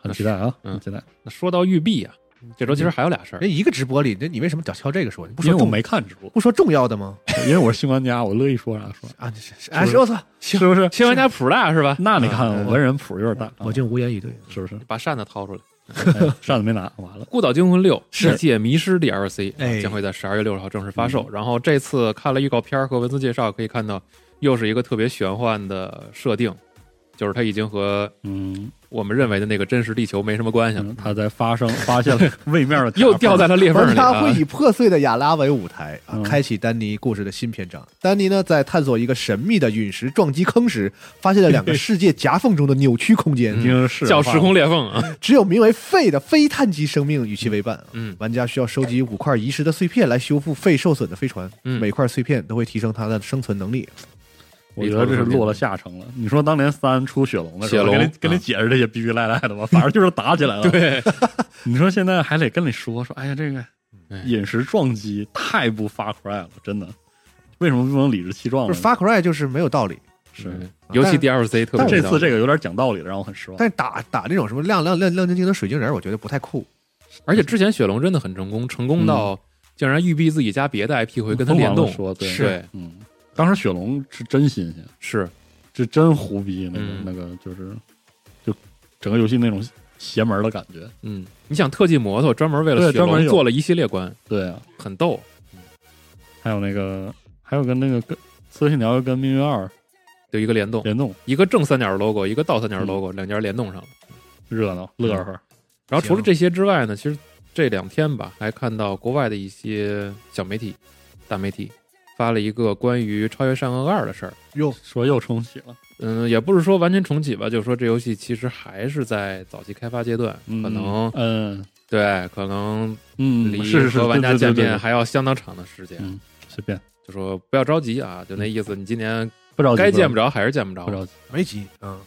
很期待啊，嗯很期待。那说到育碧啊，这周其实还有俩事儿人，一个直播里，那你为什么老挑这个说？你不因说为我重没看直播，不说重要的吗？因为我是新玩家，我乐意说啥说啥，啊，你是是啊，是是我操，是不是？新玩家普大是吧？那你啊看嗯文人谱有点大啊，我竟无言以对。是不是？把扇子掏出来，《哎扇子没拿，完了。孤岛惊魂六：是世界迷失 DLC》哎啊将会在十二月六号正式发售。然后这次看了预告片和文字介绍，可以看到又是一个特别玄幻的设定，就是它已经和嗯，我们认为的那个真实地球没什么关系了，他在发生发现了 [laughs] 位面的夹缝，又掉在了裂缝玩里家啊会！以破碎的雅拉为舞台，啊嗯，开启丹尼故事的新篇章。丹尼呢，在探索一个神秘的陨石撞击坑时，发现了 [laughs] 两个世界夹缝中的扭曲空间已，经是叫时空裂缝 [laughs] 啊！只有名为“废”的非碳基生命与其为伴。啊嗯玩家需要收集五块遗失的碎片来修复废受损的飞船，嗯每块碎片都会提升它的生存能力。我觉得这是落了下乘了。你说当年三出雪龙的时雪候，龙我跟你嗯跟你解释这些逼逼赖赖的吧，反正就是打起来了。，对， [laughs] 你说现在还得跟你说说，哎呀，这个哎饮食撞击太不发 cry 了，真的。为什么不能理直气壮就呢？是 Far Cry 就是没有道理，是，尤其但 DLC 嗯特别但这次像这个有点讲道理了，让我很失望。但是打打那种什么亮亮亮亮晶晶的水晶人儿，我觉得不太酷。而且之前雪龙真的很成功，成功到竟然育碧自己家别的 IP 会跟它嗯疯联狂动，地说对是对嗯，当时雪龙是真新鲜，是是真胡逼，那个嗯那个就是就整个游戏那种邪门的感觉。嗯，你想特技摩托专门为了对雪专门龙有做了一系列关，对啊，很逗。还有那个还有跟那个跟《刺客信条》跟《命运二》有一个联动，联动，一个正三角 logo，一个倒三角嗯 logo，、两家联动上了。热闹乐嗯呵。然后除了行这些之外呢，其实这两天吧，还看到国外的一些小媒体、大媒体发了一个关于《超越善恶二》的事儿。哟，说又重启了，嗯，也不是说完全重启吧，就是说这游戏其实还是在早期开发阶段，可能嗯对，可能嗯，离是是和玩家见对对对面对还要相当长的时间。嗯随便就说不要着急啊，就那意思，你今年不着急，该见不着着还是见不着不。着急，没急，嗯，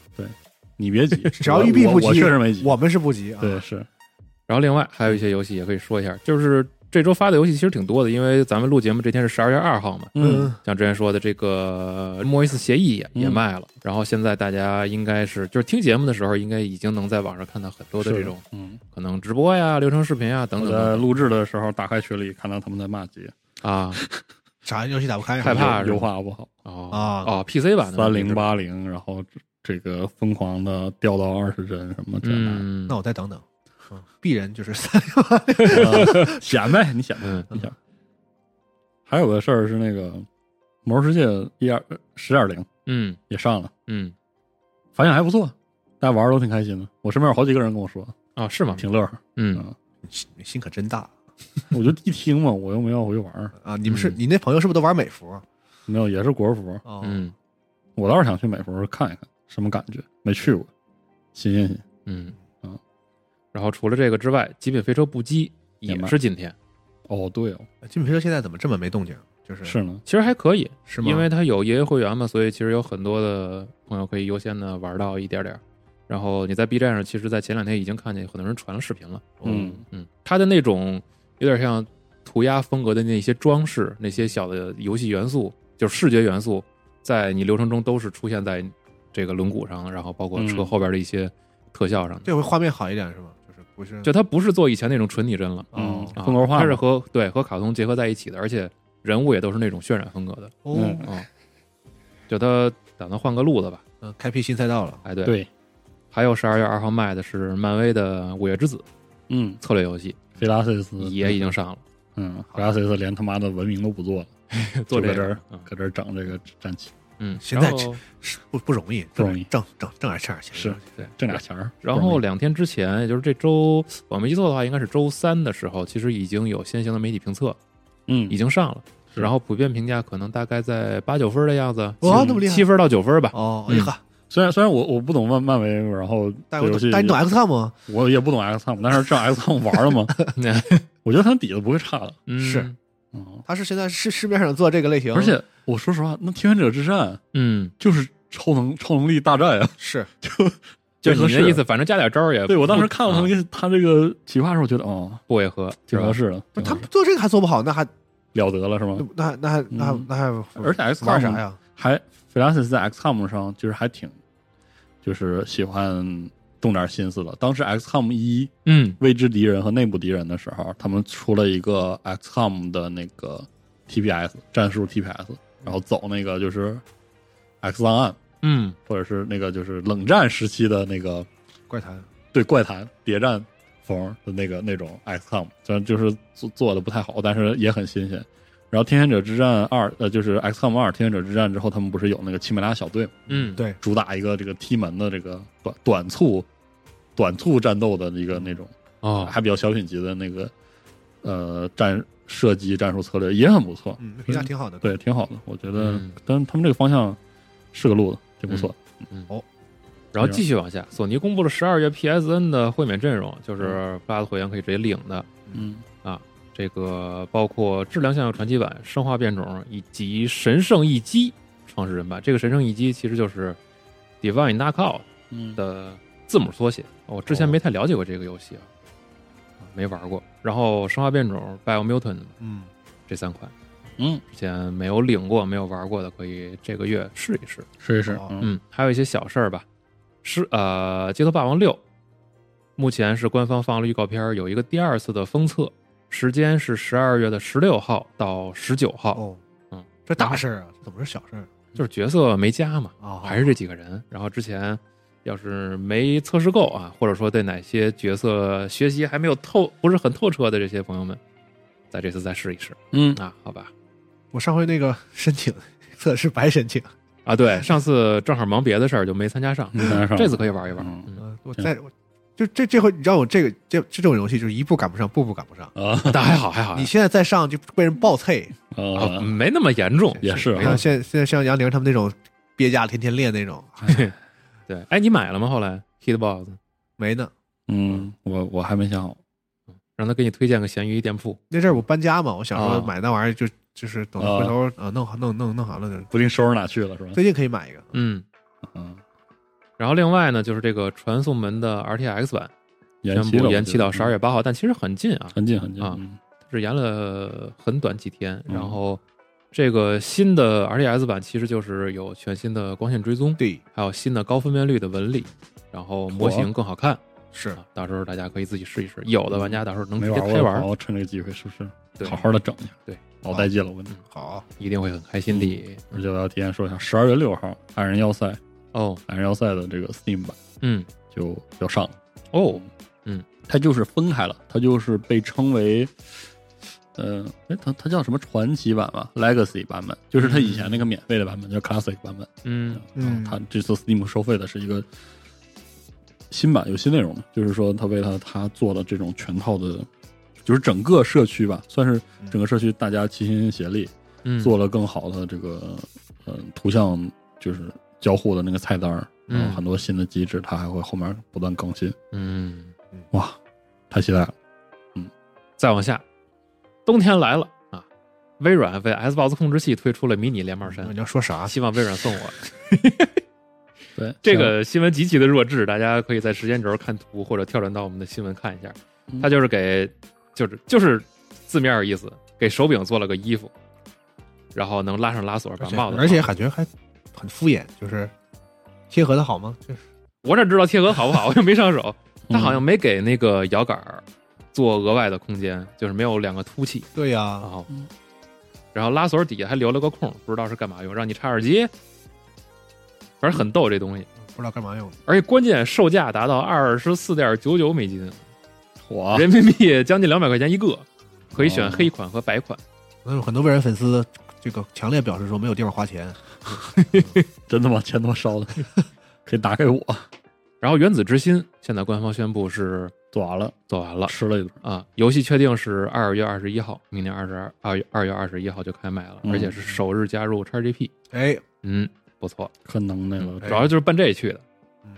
你别 [laughs] 急，只要育碧我不急我确实没急，我们是不急啊。对是然后另外还有一些游戏也可以说一下，就是这周发的游戏其实挺多的，因为咱们录节目这天是十二月二号嘛，嗯，像之前说的这个莫伊斯协议也嗯也卖了，然后现在大家应该是就是听节目的时候，应该已经能在网上看到很多的是这种嗯，可能直播呀、流程视频啊等我等在等录制的时候打开群里看到他们在骂街，等啊啥游戏打不开啊？害怕是吧优化不好，哦啊，哦 PC 版的三零，八零，然后这个疯狂的掉到二十帧什么这那嗯那我再等等。嗯，鄙人就是三 [laughs] 六八，的，啊 [laughs] 显摆你显摆嗯你显摆。还有个事儿是那个《魔兽世界》一二十点零嗯也上了，嗯反响还不错，大家玩儿都挺开心的。我身边有好几个人跟我说，啊是吗？挺乐呵。嗯你心可真大我就一听嘛，我又没要回去玩儿，啊！你们是嗯你那朋友是不是都玩美服？啊没有，也是国服。哦，嗯我倒是想去美服看一看什么感觉，没去过，新鲜新。嗯然后除了这个之外，极品飞车不羁也明白是今天，哦，对哦，金品飞车现在怎么这么没动静？就是是呢，其实还可以，是吗？因为它有爷爷会员嘛，所以其实有很多的朋友可以优先的玩到一点点儿。然后你在 B 站上，其实，在前两天已经看见有很多人传了视频了。嗯嗯，它的那种有点像涂鸦风格的那些装饰，那些小的游戏元素，就是视觉元素，在你流程中都是出现在这个轮毂上，然后包括车嗯后边的一些特效上的。这回画面好一点是吗？就是不是嗯就它不是做以前那种纯拟真了，嗯哦，啊风格化它是嘛，和对和卡通结合在一起的，而且人物也都是那种渲染风格 [laughs] 的。哦，嗯，就它打算换个路子吧。嗯，开辟新赛道了。哎，对，对，还有十二月二号卖的是漫威的《午夜之子》嗯，策略游戏，菲拉塞斯也已经上了，嗯，菲拉塞斯连他妈的文明都不做了， [laughs] 做这就搁这儿个，嗯搁这儿整这个战旗，嗯，现在然后是不不容易，不容易挣挣挣点钱儿是对挣俩钱儿，然后两天之前，也就是这周，我没记错的话，应该是周三的时候，其实已经有先行的媒体评测嗯已，经上了，是然后普遍评价可能大概在八九分的样子，哇，嗯那么厉害七！分到九分吧。哦，哎嗯呀，虽然虽然我我不懂漫漫威，然后但这我游戏但你懂 XCOM 吗？我也不懂 X 汉姆，但是这 X 汉姆玩了嘛， [laughs] 我觉得他底子不会差的， [laughs] 嗯是，嗯，他是现在市市面上做这个类型，而且我说实话，那天选者之战嗯，就是超能超能力大战啊，是就合你适的意思，反正加点招儿也 [laughs] 对我当时看了他啊那个他这个企划的时候，我觉得哦，不违和，挺合是吧适的，不是挺他合适做这个还做不好，那还嗯了得了是吗？那那还那嗯那还而且 X 玩啥汉姆呀？还 f e l a c i s 在 XCOM 上就是还挺，就是喜欢动点心思的。当时 XCOM 一嗯未知敌人和内部敌人的时候，他们出了一个 XCOM 的那个 TPS 战术 TPS，然后走那个就是 X 档案嗯或者是那个就是冷战时期的那个怪谈对怪谈谍战风的那个那种 XCOM，虽然就是做做的不太好，但是也很新鲜。然后《天选者之战二》呃，就是 XCOM 二《天选者之战》之后，他们不是有那个奇美拉小队吗嗯，对主打一个这个踢门的这个短短促短促战斗的一个那种，哦，还比较小品级的那个呃战射击战术策略也很不错，嗯，评价挺好的。对，挺好的，我觉得嗯。但是他们这个方向是个路子，挺不错。然后啊继续往下，索尼公布了十二月 PSN 的会免阵容，就是八的会员可以直接领的，嗯，这个包括质量向传奇版、生化变种以及神圣一击创始人版。这个神圣一击其实就是 Divine Knockout 嗯的字母缩写。我之前没太了解过这个游戏啊，啊没玩过。然后生化变种、Biomutant 嗯，这三款嗯，之前没有领过、没有玩过的，可以这个月试一试。试一试哦，嗯嗯，还有一些小事儿吧。是呃，《街头霸王六》目前是官方放了预告片儿，有一个第二次的封测，时间是十二月的十六号到十九号，哦，嗯，这大事儿啊，这怎么是小事儿就是角色没加嘛，哦啊？还是这几个人。然后之前要是没测试够啊，或者说对哪些角色学习还没有透，不是很透彻的这些朋友们，在这次再试一试嗯啊，好吧？我上回那个申请 [laughs] 测试白申请，啊，对，上次正好忙别的事儿就没参加上，嗯这次可以玩一玩。嗯嗯，嗯，我在我就这这回你知道我这个这这种游戏就是一步赶不上，步步赶不上。啊嗯但还好还好，你现在再上就被人暴退，啊啊，没那么严重，也是你啊看，现现在像杨宁他们那种憋架天天练那种，对，哎，你买了吗？后来 Hit Boss 没呢。嗯，我我还没想好，让他给你推荐个闲鱼店铺，那阵儿我搬家嘛，我想说啊买那玩意儿就就是等啊回头啊弄好弄弄弄好了就，不定收拾哪去了是吧？最近可以买一个。嗯，嗯，然后另外呢，就是这个传送门的 RTX 版延宣期了，布延期到十二月，月八号，但其实很近啊，很近很近啊，嗯只延了很短几天。嗯然后这个新的 RTX 版其实就是有全新的光线追踪，对，还有新的高分辨率的纹理，然后模型更好看是啊，到时候大家可以自己试一试。有的玩家到时候能直没接玩开过的玩朋儿，友趁这个机会是不是对好，好的整一下？对，嗯老带劲了，我跟你说。好，啊一定会很开心的。而且我要提前说一下，十二月六号《矮人要塞》《哦，矮人要塞》的这个 Steam 版嗯，就要上了，哦，它就是分开了，它就是被称为，呃，哎，它它叫什么传奇版吧，Legacy 版本，就是它以前那个免费的版本，叫 Classic 版本。嗯，嗯然后它啊这次 Steam 收费的是一个新版，有新内容的，就是说它为了它做了这种全套的，就是整个社区吧，算是整个社区大家齐心协力，嗯，做了更好的这个嗯、呃图像就是交互的那个菜单儿，嗯然后很多新的机制，它还会后面不断更新。嗯，哇，太期待了。再往下，冬天来了啊！微软为 Xbox 控制器推出了迷你连帽衫你，要说啥？希望微软送 [laughs] 我。对，这个新闻极其的弱智，大家可以在时间轴看图或者跳转到我们的新闻看一下嗯。它就是给，就是就是字面意思，给手柄做了个衣服，然后能拉上拉锁，把而且帽子。而且，感觉还很敷衍，就是贴合的好吗？就是我哪知道贴合好不好？我又没上手。它嗯好像没给那个摇杆儿做额外的空间，就是没有两个凸起，对呀、然后嗯，哦然后拉锁底下还留了个空，不知道是干嘛用，让你插耳机。反正很逗这东西，不知道干嘛用的。而且关键售价达到二十四点九九美金，我人民币将近两百块钱一个，可以选黑款和白款。那有很多微软粉丝这个强烈表示说没有地方花钱，真他妈钱他妈烧的， [laughs] 可以打给我。 [laughs] 然后《原子之心》现在官方宣布是做完了，做完了吃了一顿，啊，游戏确定是二月二十一号，明年二十二月二月二十一号就开卖了，嗯而且是首日加入 XGP。哎，嗯，不错，可能耐了。主要就是奔这去的。嗯，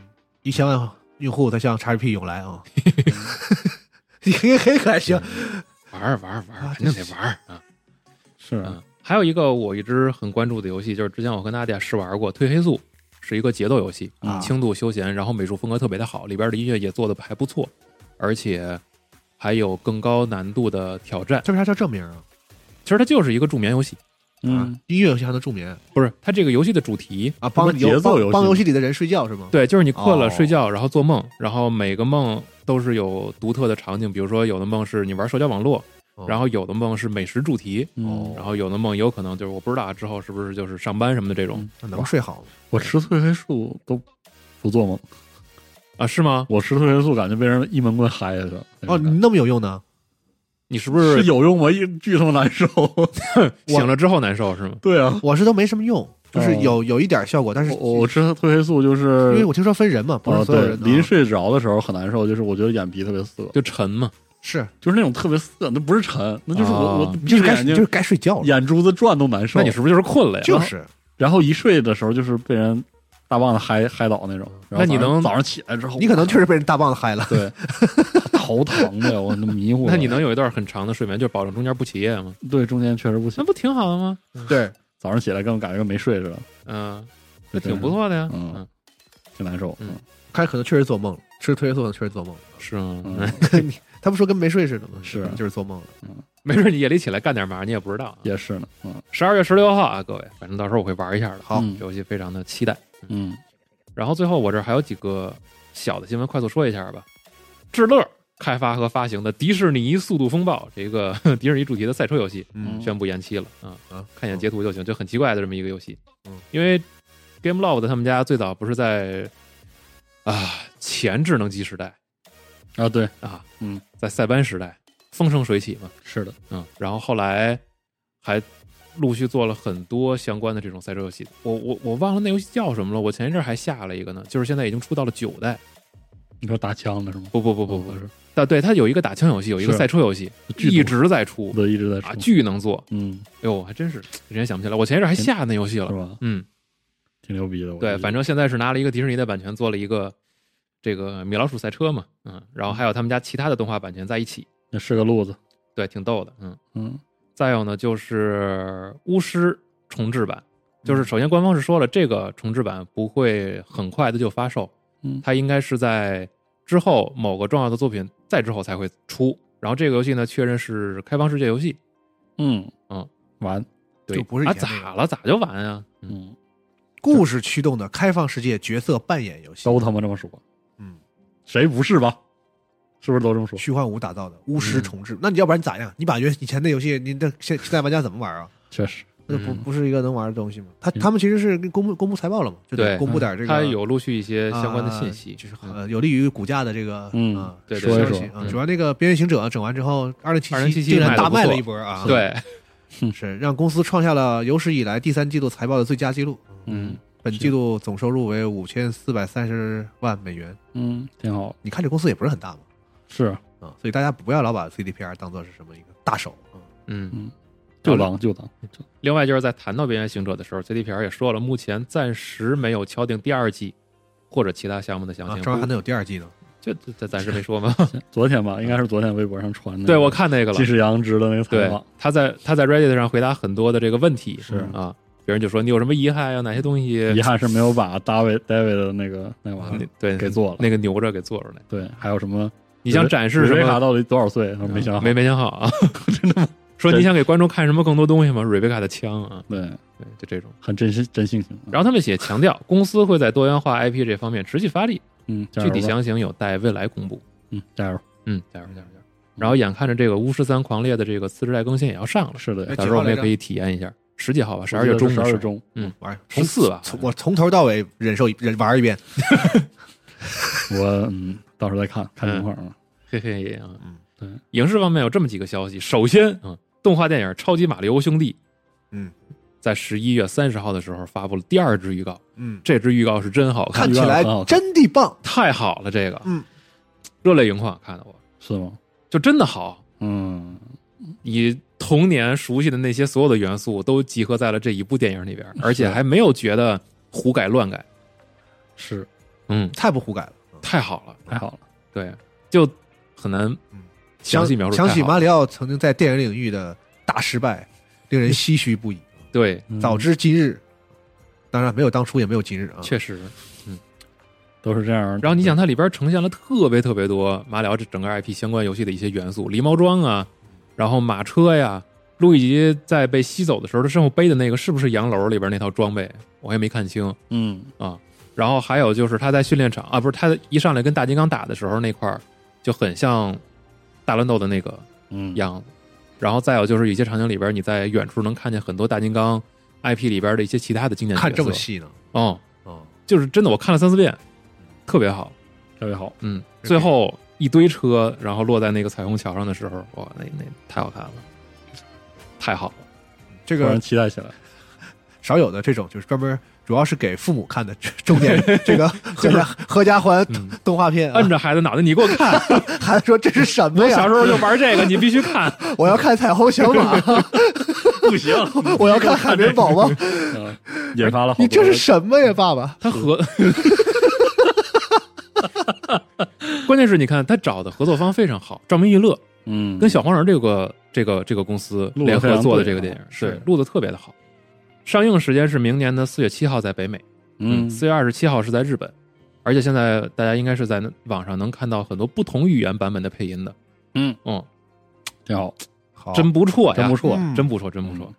一千万用户他向 XGP 涌来 [laughs] 啊，嘿嘿可还啊行，玩儿玩儿玩儿，啊肯定得玩儿啊！是嗯，还有一个我一直很关注的游戏，就是之前我和娜迪亚试玩过《褪黑素》，是一个节奏游戏，啊轻度休闲，然后美术风格特别的好，里边的音乐也做的还不错，而且还有更高难度的挑战。这为啥叫正名啊？其实它就是一个助眠游戏，嗯啊，音乐游戏还能助眠不是它这个游戏的主题。啊？帮这不是节奏游戏帮帮吗游戏里的人睡觉是吗？对，就是你困了哦睡觉，然后做梦，然后每个梦都是有独特的场景，比如说有的梦是你玩社交网络，哦然后有的梦是美食主题，嗯然后有的梦有可能就是我不知道啊之后是不是就是上班什么的这种、嗯那能睡好吗？我吃褪黑素都不做梦，啊？是吗？我吃褪黑素感觉被人一闷棍嗨下去了。哦，你那么有用呢？你是不 [laughs] 是是有用吗？一巨他妈难受。醒了之后难受是吗？[laughs] 对啊，我是都没什么用，就是有有一点效果，但是哦我我吃褪黑素就是因为我听说分人嘛，不啊，是所有对，人的临睡着的时候很难受，就是我觉得眼皮特别涩，就沉嘛，是就是那种特别涩，那不是沉，那就是我啊我就闭是着该眼就是睛该睡觉了，眼珠子转都难受那你。是不是就是困了呀？就是然后一睡的时候就是被人大棒子嗨嗨倒那种。然那后你早上能早上起来之后，你可能确实被人大棒子嗨了，对头疼的，我都 [laughs] 迷糊了。那你能有一段很长的睡眠，就保证中间不起夜吗？对中间确实不行那，不挺好的吗？ [laughs] 对，早上起来根本感觉跟没睡似的，嗯，那挺不错的呀。嗯嗯，挺难受。嗯他可能确实做梦了，吃褪黑素可能确实做梦了，是吗？ [laughs] 嗯嗯他们说跟没睡似的嘛，是啊哦就是做梦了，没准你夜里起来干点嘛，你也不知道啊。也是呢， [laughs] 嗯十二月十六号啊，各位，反正到时候我会玩一下的。好这游戏非常的期待。嗯，然后最后我这儿还有几个小的新闻，快速说一下吧。智乐开发和发行的《迪士尼速度风暴》这个 [laughs] 迪士尼主题的赛车游戏，嗯宣布延期了啊，啊，看一眼截图就行，就很奇怪的这么一个游戏。嗯，因为 GameLoft 他们家最早不是在啊前智能机时代啊对，啊，嗯，在塞班时代风生水起嘛，是的，嗯，然后后来还陆续做了很多相关的这种赛车游戏。我我我忘了那游戏叫什么了，我前一阵儿还下了一个呢，就是现在已经出到了九代。你说打枪的是吗？不不不不不哦是，但对它有一个打枪游戏，有一个是赛车游戏，巨一多直在出对，一直在啊，出，巨能做。嗯，哎呦，还真是，之前想不起来，我前一阵儿还下那游戏是了。吧？嗯，挺牛逼的。我觉对，得反正现在是拿了一个迪士尼的版权做了一个这个米老鼠赛车嘛，嗯，然后还有他们家其他的动画版权在一起，也是个路子，对，挺逗的，嗯。嗯再有呢，就是巫师重置版，嗯就是首先官方是说了，这个重置版不会很快的就发售，嗯它应该是在之后某个重要的作品再之后才会出。然后这个游戏呢，确认是开放世界游戏，嗯嗯，完，对，就不是以啊，前那个咋了？咋就完啊？嗯，嗯，故事驱动的开放世界角色扮演游戏，都他妈这么说，嗯，谁不是吧？是不是都这么说？虚幻五打造的巫嗯师重置，那你要不然你咋样？你把原以前的游戏，你的现现在玩家怎么玩啊？确实，那不嗯不是一个能玩的东西吗？他嗯他们其实是公布公布财报了嘛，就得对公布点这个，嗯它有陆续一些啊相关的信息，就是嗯呃有利于股价的这个嗯啊对消对息说一说啊嗯。主要那个《边缘行者》整完之后，二零七2077竟然大卖卖得不错了一波啊！，对，是让公司创下了有史以来第三季度财报的最佳记录。嗯本季度总收入为五千四百三十万美元。嗯，挺好，你看这公司也不是很大嘛，是啊，所以大家不要老把 CDPR 当做是什么一个大手啊。嗯。就当就当，就另外就是在谈到《边缘行者》的时候，CDPR 也说了，目前暂时没有敲定第二季或者其他项目的详啊，情。这玩意儿还不能有第二季呢？就咱暂时没 [laughs] 说嘛。昨天吧，应该是昨天微博上传的。对，我看那个了季。世阳值的那个采对访，，嗯他在他在 Reddit 上回答很多的这个问题是啊，别人就说你有什么遗憾呀、哪些东西遗憾是没有把 David David 的那个那个玩意那儿对嗯给做了。那个扭着给做出来？对，还有什么？你想展示什瑞贝卡么？到底多少岁？他没想好。没没想好 [laughs] 啊，真的吗？ [laughs] 说你想给观众看什么更多东西吗？瑞贝卡的枪啊，对，对，就这种。很真心真性情。然后他们写强调，公司会在多元化 IP 这方面持续发力，嗯，加具油体吧，详情有待未来公布。嗯，加油。嗯，加油加油加油！然后眼看着这个《巫师三狂猎》的这个次世代更新也要上了，是的，到时候我们也可以体验一下，十几号吧，十十二月中的十事儿，二月中，玩儿重四吧，从我从头到尾忍受一忍玩一遍，我嗯，到时候再看看情况啊。嘿嘿啊，嗯对影视方面有这么几个消息，首先啊、嗯动画电影《超级马里奥兄弟》，嗯，在十一月三十号的时候发布了第二支预告，嗯，这支预告是真好看，看起来很好看真的棒，太好了，这个嗯，热泪盈眶，看得我是吗？就真的好，嗯，你童年熟悉的那些所有的元素都集合在了这一部电影里边，而且还没有觉得胡改乱改，是嗯，太不胡改了。太好了，太好了。对，就很难嗯详细描述，想起马里，里奥曾经在电影领域的大失败，令人唏嘘不已。对，嗯早知今日，当然没有当初，也没有今日啊。确实。都是这样。然后你想，它里边呈现了特别特别多马里奥这整个 IP 相关游戏的一些元素，狸猫装啊，然后马车呀，路易吉在被吸走的时候，他身后背的那个是不是洋楼里边那套装备？我也没看清嗯，啊。然后还有就是他在训练场啊，不是他一上来跟大金刚打的时候那块儿就很像大乱斗的那个嗯，样子。然后再有就是有些场景里边，你在远处能看见很多大金刚 IP 里边的一些其他的经典角色。看这么细呢，嗯，啊，就是真的，我看了三四遍，特别好。特别好。嗯，是最这后一堆车，然后落在那个彩虹桥上的时候，哇，那那太好看了，太好了。这让人个期待 [laughs] 起来。少有的这种就是专门主要是给父母看的这重 [laughs] 点这个叫啥合家欢嗯动画片啊摁。着孩子脑袋，你给我看，孩子说这是什么我小呀？时候就玩 [laughs] 这个，你必须看。我要看彩虹小 [laughs] 马，不行，我要看海绵宝宝。 [laughs] 嗯引发了好多你这是什么呀，爸爸？他 [laughs] 合，关键是你看他找的合作方非常好，照明娱乐嗯，跟小黄人这个这个这个公司录得联非合常做的这对个啊电影，是对录的特别的好。上映时间是明年的四月七号在北美，嗯四月二十七号是在日本，而且现在大家应该是在网上能看到很多不同语言版本的配音的。嗯嗯，挺好，好真不错呀，真不错嗯嗯真不错，真不错。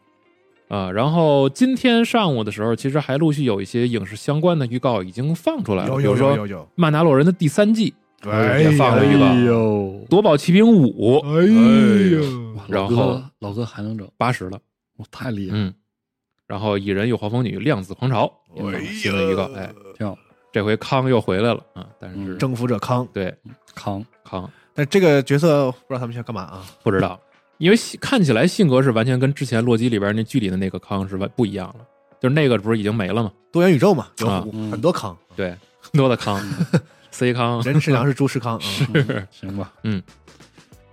啊，然后今天上午的时候，其实还陆续有一些影视相关的预告已经放出来了，有比如有有说《有有，曼达洛人》的第三季，哎也放了一个呀哎呦《夺宝奇兵五》哎呦，哇然老哥后老哥还能整，八十了，我太厉害了，嗯，然后《蚁人与黄蜂女：量子狂潮》哎也哎放了新的预告，哎，挺好。这回康又回来了啊，但是、嗯征服者康，对 [laughs] 扛，康但这个角色不知道他们想干嘛啊？不知道，因为性看起来性格是完全跟之前洛基里边那剧里的那个康是完不一样了，就是那个不是已经没了吗？多元宇宙嘛，有啊嗯很多康， [laughs] 对，很多的康，C 康，人吃粮食猪吃 [laughs] 糠啊。嗯行吧，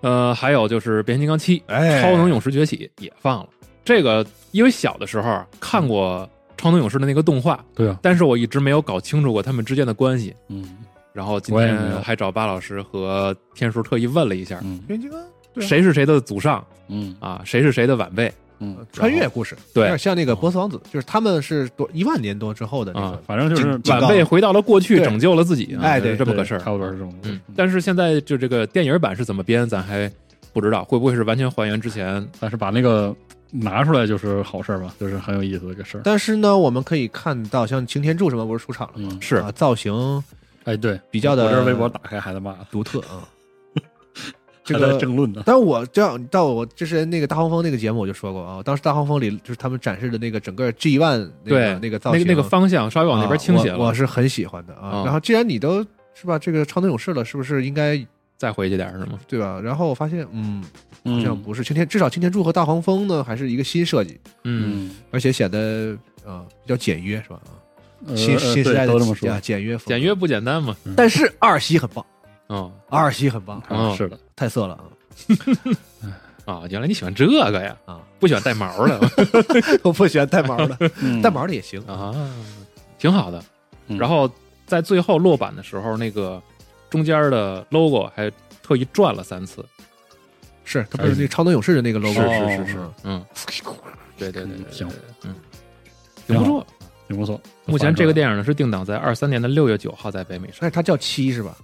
呃，还有就是《变形金刚七》哎超能勇士崛起》也放了。这个因为小的时候啊看过超能勇士的那个动画，对啊，但是我一直没有搞清楚过他们之间的关系。嗯然后今我也没有天还找巴老师和天叔特意问了一下，嗯变形金刚对啊谁是谁的祖上嗯啊？谁是谁的晚辈？嗯，呃穿越故事，对哦有点像那个波斯王子，就是他们是多一万年多之后的那啊个，反正就是警警晚告辈回到了过去，对拯救了自己啊，哎是对这么个对事儿。差不多是这么个嗯事儿，，但是现在就这个电影版是怎么编，咱还不知道，会不会是完全还原之前？但是把那个拿出来就是好事儿吧，就是很有意思的一个事儿。但是呢，我们可以看到像擎天柱什么不是出场了吗嗯？是啊，造型哎，对，比较的我这微博打开还在骂他，独特 [laughs] 啊。这还在个，争论呢。但我这样到我之前那个大黄蜂那个节目我就说过啊，当时大黄蜂里就是他们展示的那个整个 G One 那对个，那个造那型个，那个方向稍微往那边倾斜啊了，我我是很喜欢的啊啊。然后既然你都是吧，这个超能勇士了，是不是应该再回去点儿是吗？对吧？然后我发现，嗯，好像嗯不是擎天，至少擎天柱和大黄蜂呢还是一个新设计，嗯，嗯，而且显得呃比较简约，是吧？啊呃新呃新时对代的都这么说啊，简约风格简约，不简单嘛。但是二西很棒，哦二西很棒，啊是的，太色了啊！啊，原来你喜欢这个呀？啊，不喜欢带毛的 [laughs] 我不喜欢带毛的，嗯带毛的也行。啊啊，挺好的。嗯然后在最后落版的时候，那个中间的 logo 还特意转了三次。是它不是那个超能勇士的那个 logo，是是是嗯嗯，对对对，对行，对嗯，挺挺好不错。挺不错。目前这个电影呢是定档在二三年的六月九号在北美上但是它叫七是吧？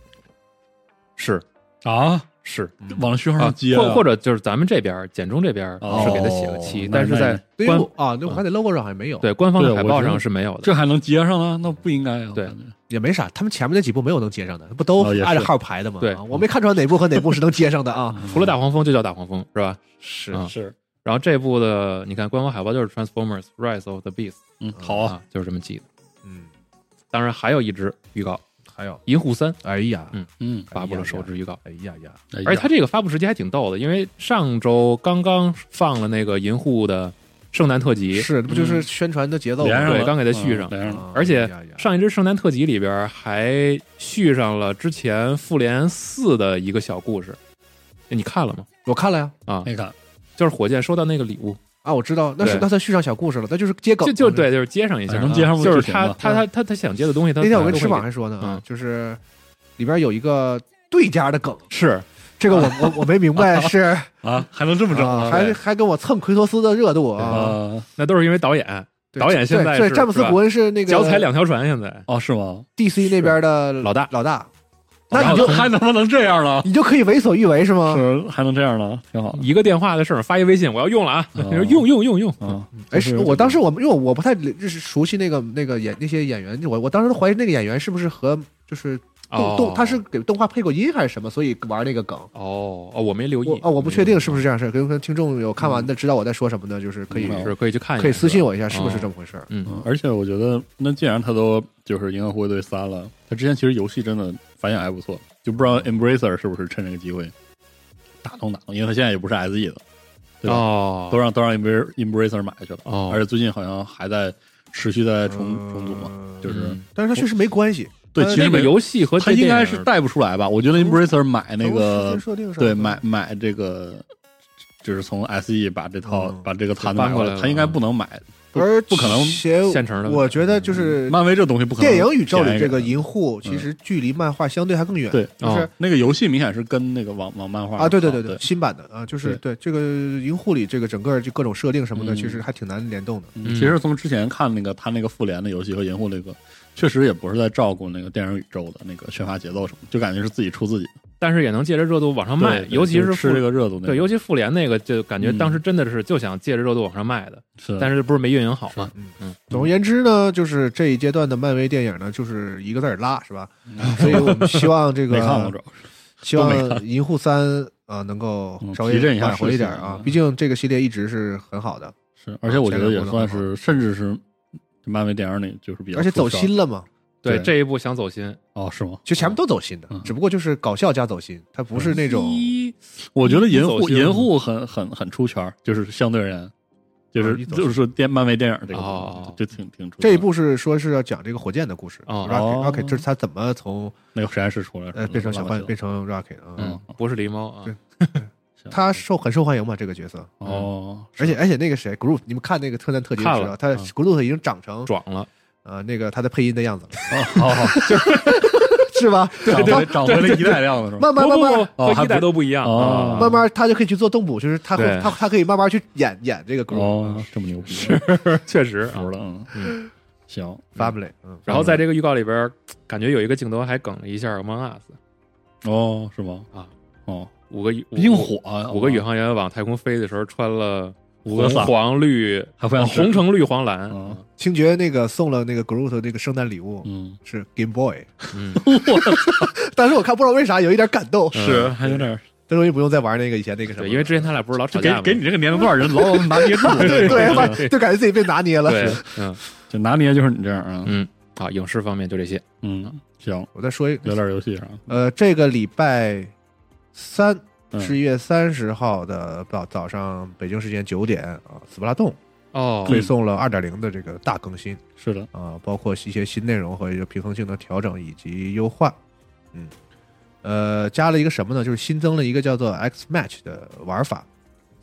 是啊，是往序号啊上接，或或者者就是咱们这边简中这边哦是给他写个七，那但是在对于官嗯我啊，那我看那 logo 上好像没有，，对官方的对海我报觉得上是没有的。这还能接上呢？那不应该啊。对我感觉也没啥。他们前面那几部没有能接上的，不都哦也是按着号排的吗？对嗯啊我没看出来哪部和哪部是能接上的 [laughs] 啊。除了大黄蜂就叫大黄蜂是吧？是嗯是，然后这部的你看官方海报就是 Transformers Rise of the Beast 嗯，好啊，啊，就是这么记的。嗯，当然还有一支预告《还有，银护三》哎呀，嗯嗯，发布了首支预告，哎呀呀，哎呀而且它这个发布时间还挺逗的，因为上周刚刚放了那个银护的圣诞特辑，是，那不就是宣传的节奏吗？连上对了刚给它续上嗯连上了。啊而且哎呀呀上一支圣诞特辑里边还续上了之前复联四的一个小故事，哎你看了吗？我看了呀，啊，那个就是火箭收到那个礼物，啊，我知道，那是对那算续上小故事了，那就是接梗就嘛，就对，就是接上一下，啊哎能接上不就就是行他了他他他他想接的东西，他那天我都跟会翅膀接还说呢，啊嗯就是里边有一个对家的 [laughs] 梗，是这个我我我没明 [laughs] 白是啊，还能这么整啊，啊？还还跟我蹭奎托斯的热度啊。啊，那都是因为导演对呃导演现在对是对詹姆斯是吧古恩是那个脚踩两条船，现在哦，是吗？ DC 那边的老大老大，然那后你就啊还能不能这样了？你就可以为所欲为是吗？是还能这样了，挺好的。一个电话的事儿，发一微信，我要用了啊，哦 [laughs] 你说用用用用，嗯，哎，就是是我当时我因为我不太就是熟悉那个那个演那些演员，我我当时都怀疑那个演员是不是和就是动哦动他是给动画配过音还是什么，所以玩那个梗。哦哦，我没留意我哦，我不确定是不是这样事儿，可能听众有看完的知道我在说什么的，就是可以嗯是可以去看一下，可以私信我，我一下，是不是这么回事儿？嗯，而且我觉得，那既然他都就是《银河护卫队三》了，他之前其实游戏真的反响还不错，就不知道 Embracer 是不是趁这个机会打动打动，因为他现在也不是 SE 的，对吧？哦，都让都让 Embra- Embracer 买去了，哦而且最近好像还在持续在重重组嘛，嗯就是、嗯但是它确实没关系，对，呃其实这个没游戏和他这应电该影是带不出来吧？我觉得 Embracer 买那从时个间设定上对买买这个。就是从 SE 把这套、嗯把这个摊搬子过买来了嗯他应该不能买。不而不可能且现成的我觉得就是漫威这东西嗯不可能电便宜给他。影宇宙里这个银护，其实距离漫画相对还更远。嗯对就是哦那个游戏明显是跟那个网网漫画啊，对对对对，新版的啊，就是对这个银护里这个整个就各种设定什么的，嗯其实还挺难联动的。嗯其实从之前看那个他那个复联的游戏和银护那个，确实也不是在照顾那个电影宇宙的那个宣发节奏什么，就感觉是自己出自己但是也能借着热度往上卖对，对尤其就是吃复这个热度那个。对，尤其复联那个，就感觉嗯当时真的是就想借着热度往上卖的，是，但是不是没运营好吗？总而言之呢，就是这一阶段的漫威电影呢，就是一个字儿拉，是吧？所以我们希望这嗯 [laughs] 没看过个主，要是希望《银护三》啊能够稍微嗯提振一下挽回一点士气啊嗯，毕竟这个系列一直是很好的，是，而且我觉得也算前两是，甚至是漫威电影里就是比较而且走出圈心了嘛。对对这一部想走心，哦，是吗？其实前面都走心的嗯，只不过就是搞笑加走心，它不是那种一我觉得银走护心银护很很很出圈儿，就是相对而言，就啊是一走心就是说电漫威电影这个东哦西就挺挺出圈这一部是说是要讲这个火箭的故事哦，Rocket Rocket 就是他怎么从那个实验室出来呃变成小浣浣变成 Rocket 啊，嗯，不是狸猫啊对，他受很受欢迎嘛这个角色，哦，嗯而且而且那个谁 Groot，你们看那个特战特辑的看时了候，他嗯 Groot 已经长成爽了，呃那个他的配音的样子了，好 [laughs] 好好，是吧？长对回长回了一代量的是吧？慢慢不慢慢不不，哦和还一代都不一样哦啊慢慢他就可以去做动捕，就是他会对他他可以慢慢去演演这个 Groot [laughs] 哦，这么牛逼，是确实啊 [laughs] 服。了，嗯嗯，行， Family，嗯，然后在这个预告里边，感觉有一个镜头还梗了一下 Among Us，哦，是吗？啊，哦，五个宇毕竟火啊，五个宇航员往太空飞的时候穿了五个红色黄绿还不想吃啊红，啊橙绿黄蓝，嗯星爵那个送了那个 Groot 那个圣诞礼物嗯，是 Game Boy， [laughs] 嗯，当时我看不知道为啥有一点感动，是还有点，这终于不用再玩那个以前那个什么对，了，因为之前他俩不是老吵就给架吗？给你这个年龄段人牢牢拿捏住， [laughs] 对对，吧？就感觉自己被拿捏了。对，嗯就拿捏就是你这样啊，嗯，好，影视方面就这些，嗯，行，我再说一聊点游戏啥，呃，这个礼拜三，嗯十一月三十号的早早上北京时间九点啊，斯巴拉洞哦推送了二点零的这个大更新是的，啊，包括一些新内容和一个平衡性的调整以及优化。嗯，呃，加了一个什么呢？就是新增了一个叫做 X Match 的玩法，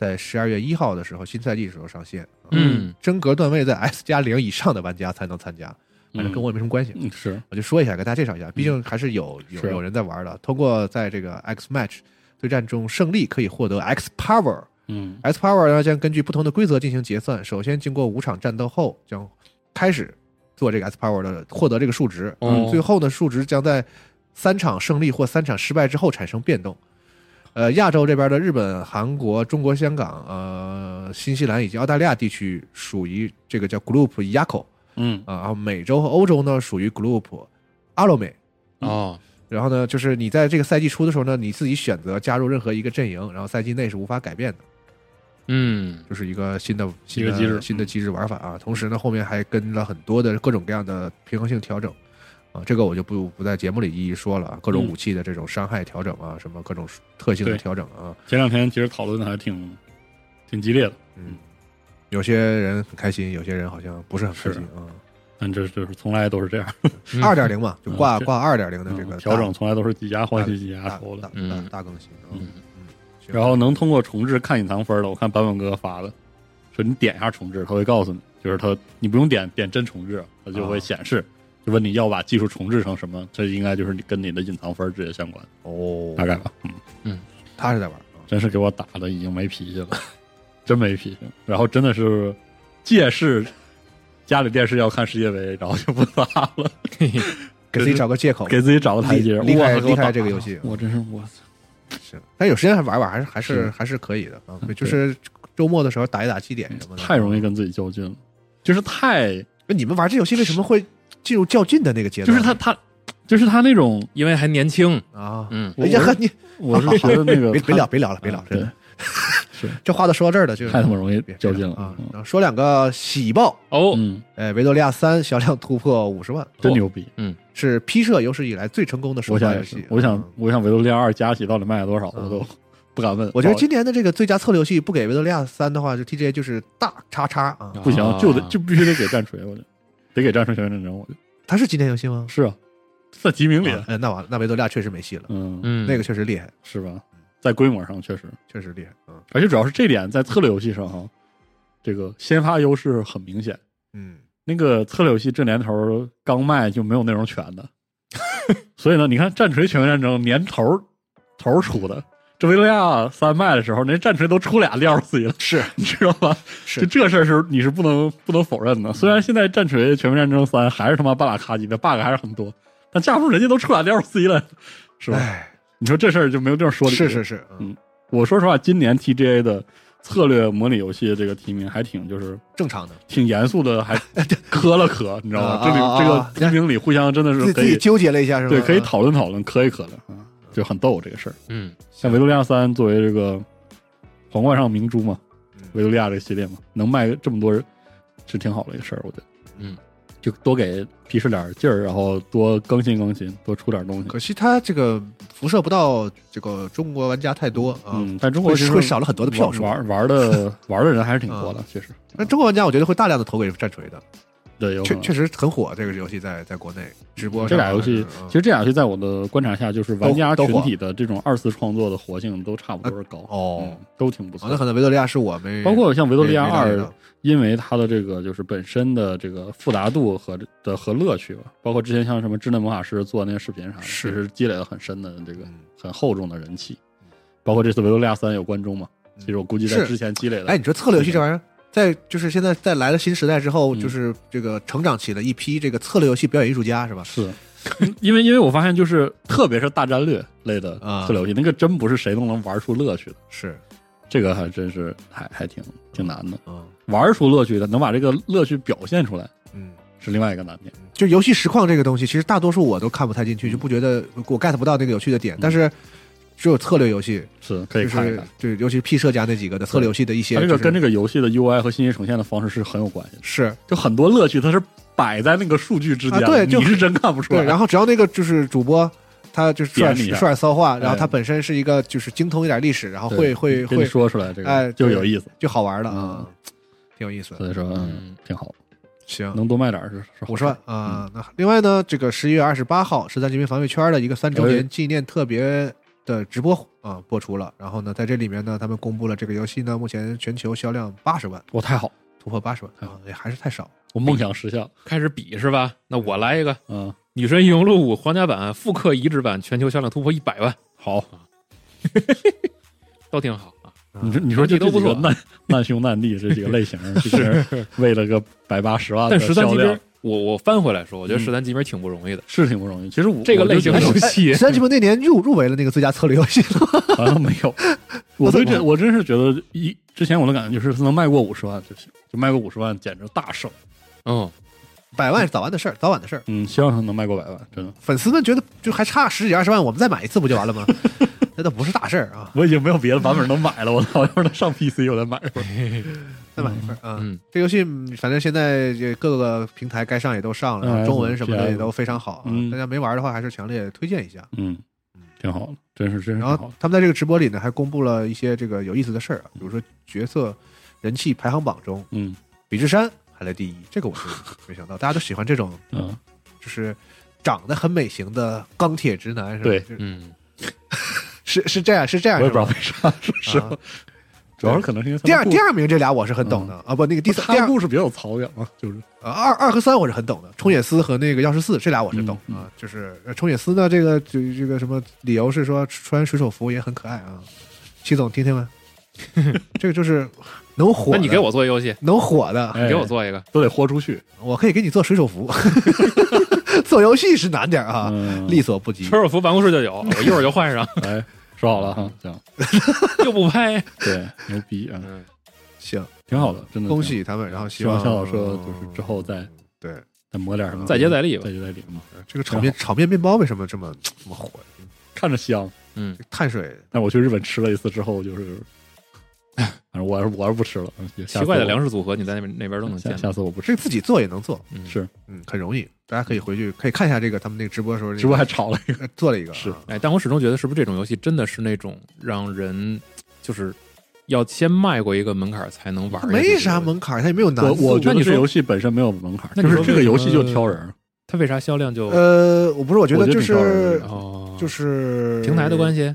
在十二月一号的时候，新赛季的时候上线。啊嗯真格段位在 S 加零以上的玩家才能参加，哎反正跟我也没什么关系。嗯是我就说一下，给大家介绍一下，毕竟还是有有是有人在玩的。通过在这个 X Match 对战中胜利，可以获得 X Power。嗯 X Power 呢将根据不同的规则进行结算，首先经过五场战斗后，将开始做这个 X Power 的获得这个数值，嗯哦最后呢数值将在三场胜利或三场失败之后产生变动。呃，亚洲这边的日本、韩国、中国香港、呃新西兰以及澳大利亚地区属于这个叫 Group Yako 嗯啊、然后美洲和欧洲呢属于 Group 阿罗美。嗯哦，然后呢，就是你在这个赛季初的时候呢，你自己选择加入任何一个阵营，然后赛季内是无法改变的。嗯，就是一个新的新一个机的制新的机制玩法啊。同时呢，后面还跟了很多的各种各样的平衡性调整啊，这个我就不不在节目里一一说了啊。各种嗯武器的这种伤害调整啊，什么各种特性的对调整啊，前两天其实讨论的还挺挺激烈的，嗯，有些人很开心，有些人好像不是很开心啊。但这就是从来都是这样，嗯二点零嘛，就挂嗯这挂二点零的这个大嗯调整从来都是几家欢喜几大家愁大的。大嗯大更新啊。嗯嗯，行然后能通过重置看隐藏分的，我看版本哥发的，说你点一下重置，他会告诉你，就是他你不用点点真重置，他就会啊显示，就问你要把技术重置成什么，这应该就是你跟你的隐藏分直接相关，哦，大概吧。嗯，他是在玩啊。真是给我打的已经没脾气了， [laughs] 真没脾气。然后真的是借势，家里电视要看世界杯，然后就不打了，给自己找个借口，给自己找个台阶，离离开哇离开这个游戏我真是我是，但有时间还玩玩，还是还是是还是可以的啊。嗯就是周末的时候打一打祭点什么的，太容易跟自己较劲了，就是太那你们玩这游戏为什么会进入较劲的那个阶就段？是他他就是他那种，因为还年轻，啊，嗯，哎呀我呵，你我是觉得那 [laughs] 个别别聊，别聊了，别聊了，真对的，这话都说到这儿了，就太他妈容易别较劲了啊嗯！然后说两个喜报，哦，嗯，哎，维多利亚三销量突破五十万，真牛逼！是 P 社有史以来最成功的手我游想游也戏是。，我想嗯，我想维多利亚二加起到底卖了多少，我都不敢问。我觉得不好今年的这个最佳策略游戏不给维多利亚三的话，就 TGA 就是大叉叉啊！不行，就得啊就必须得给战锤，我觉得得给战锤全面战争，我觉得它是今年游戏吗？是啊，在集名里，啊哎，那完了，那维多利亚确实没戏了，嗯，嗯，那个确实厉害，是吧？在规模上确实，确实厉害，嗯而且主要是这点在策略游戏上哈，这个先发优势很明显。嗯，那个策略游戏这年头刚卖就没有内容权的， [laughs] 所以呢，你看战锤全面战争年头头儿出的。这维多利亚三卖的时候，那战锤都出俩 DLC 了，是 [laughs] 你知道吧？是就这事儿是你是不能不能否认的。虽然现在战锤全面战争三还是他妈半拉卡叽的 bug 还是很多，但架不住人家都出俩 DLC 了，是吧？哎，你说这事儿就没有地方说理。是是，是，嗯，嗯我说实话，今年 TGA 的策略模拟游戏这个提名还挺就是正常的，挺严肃 [laughs] 的，还磕了磕，你知道啊吗？啊啊啊这里这个提名里互相真的自己是可自己以纠结了一下是吧？嗯对可以讨论讨论，磕一磕的啊，就很逗这个事儿。嗯，像维多利亚三作为这个皇冠上明珠嘛嗯，维多利亚这个系列嘛，能卖这么多人是挺好的一个事儿，我觉得。嗯，就多给皮实点儿劲儿，然后多更新更新，多出点东西。可惜它这个辐射不到这个中国玩家太多啊，嗯，但中国会其实会少了很多的票数。玩玩的玩的人还是挺多的，确实。嗯那中国玩家我觉得会大量的投给战锤的，对，有可确能确实很火。这个游戏在在国内直播这上俩游戏，嗯其实这俩游戏在我的观察下，就是玩家都都群火体的这种二次创作的活性都差不多是高，哦嗯，都挺不啊错那的。可能维多利亚是我没包括像维维多利亚二，因为它的这个就是本身的这个复杂度和这的和乐趣吧，包括之前像什么智能魔法师做那些视频啥的，是其实积累了很深的这个嗯很厚重的人气。包括这次维多利亚三有观众嘛，嗯其实我估计在是之前积累的哎，你说策略游戏这玩意儿。在就是现在在来了新时代之后，嗯就是这个成长起了一批这个策略游戏表演艺术家，是吧？是， [laughs] 因为因为我发现就是特别是大战略类的啊策略游戏，那个真不是谁都能玩出乐趣的，是，这个还真是还还挺挺难的。嗯玩出乐趣的，能把这个乐趣表现出来，嗯，是另外一个难点。就游戏实况这个东西，其实大多数我都看不太进嗯去，就不觉得我 get 不到那个有趣的点。但是只有策略游戏，是，可以就嗯看一是看。对，尤其是 P 社家那几个的策略游戏的一些，它这就个是跟这个游戏的 UI 和信息呈现的方式是很有关系的，是就很多乐趣它是摆在那个数据之间的，啊对就你是真看不出来。对，然后只要那个就是主播。他就是说点点你一下说点骚话，然后哎他本身是一个就是精通一点历史，然后对会会给你会说出来，这个、哎就对有意思。就好玩了嗯啊，挺有意思的。所以说，嗯嗯，挺好，行，能多卖点儿是是好五十万啊。那另外呢，这个十一月二十八号是在这边防卫圈的一个三周年纪念特别的直播啊播出了。然后呢，在这里面呢，他们公布了这个游戏呢，目前全球销量八十万，我太好，嗯突破八十万啊，也还是太少我梦想实效，开始比是吧？那我来一个《嗯，女神异闻录五》皇家版复刻移植版，全球销量突破一百万，好， [laughs] 都挺好啊。你说你说这都不这几个错难难兄难弟这几个类型， [laughs] 是为了个百八十万但的十三销级量兵，我我翻回来说，我觉得嗯十三级兵挺不容易的。是挺不容易。其实我这个我就类型觉的得游戏哎实，际上，这不那年入入围了那个最佳策略游戏了吗？ [laughs] 好像没 [laughs] 有。我对这我真是觉得一之前我的感觉就是能卖过五十万就行，就卖过五十万简直大胜。嗯，百万是早晚的事儿，早晚的事儿。嗯，希望它能卖过百万，真的。粉丝们觉得就还差十几二十万，我们再买一次不就完了 [laughs] 吗？那倒不是大事儿啊，我已经没有别的版本能买了，我操！ [laughs] 要是能上 PC 我再买一份。再买一份啊。嗯这游戏嗯反正现在也各个平台该上也都上了，然后嗯中文什么的 PS 也都非常哎好啊。嗯大家没玩的话，还是强烈推荐一下。嗯，挺好的，真是真是挺然嗯好后的。他们在这个直播里呢，还公布了一些这个有意思的事儿啊，比如说角色人气排行榜中，嗯比智山排在第一，这 [laughs] 个我是没想到，大家都喜欢这种嗯，就是长得很美型的钢铁直男，是吧？对就是，嗯，是是这样，是这我样，也不知道是吧为啥，说实话啊，主要是可能是因为第二第二二名这俩我是很懂的、啊，不，那个第第三嗯哦他第的二故事比较有槽点嘛，就是呃二二和三我是很懂的，冲野司和那个药师寺这俩我是懂的、嗯啊，就是呃冲野司呢，这个就这个什么理由是说穿水手服也很可爱啊，齐总听听 [laughs] 吗？这个就是能火那的，你给我做一游戏，能火的，哎你给我做一个，都得豁出去。我可以给你做水手服， [laughs] 做游戏是难点儿啊，嗯力所不及车。手服办公室就有，我一会儿就换上， [laughs] 哎，说好了哈，行，又不拍。对，牛逼啊，嗯，行，挺好的，真的挺好。恭喜他们，然后希希望望向导说，就是之后再对再磨点什么， [laughs] 再接再厉吧再接再厉嘛。这个炒面炒面面包为什么这么这么火？看着香，碳水但我去日本吃了一次之后，就是， [laughs] 反正我是我是不吃了。嗯奇怪的粮食，食组合，你在那边那边都能下见下到。次我不吃这。自己做也能做，嗯是，嗯，很容易。大家可以回去可以看一下这个他们那个直播的时候，直播还炒了一个，呃做了一个啊是哎，但我始终觉得，是不是这种游戏真的是那种让人就是要先迈过一个门槛才能玩？没啥，门槛，它也没有难我度。我觉那得你这说游戏本身没有门槛，那就你是说这个为什游么戏就挑人，它为啥销量就呃，我不是，我觉得我觉得就挺招人是的啊哦，就是哦平台的关。系？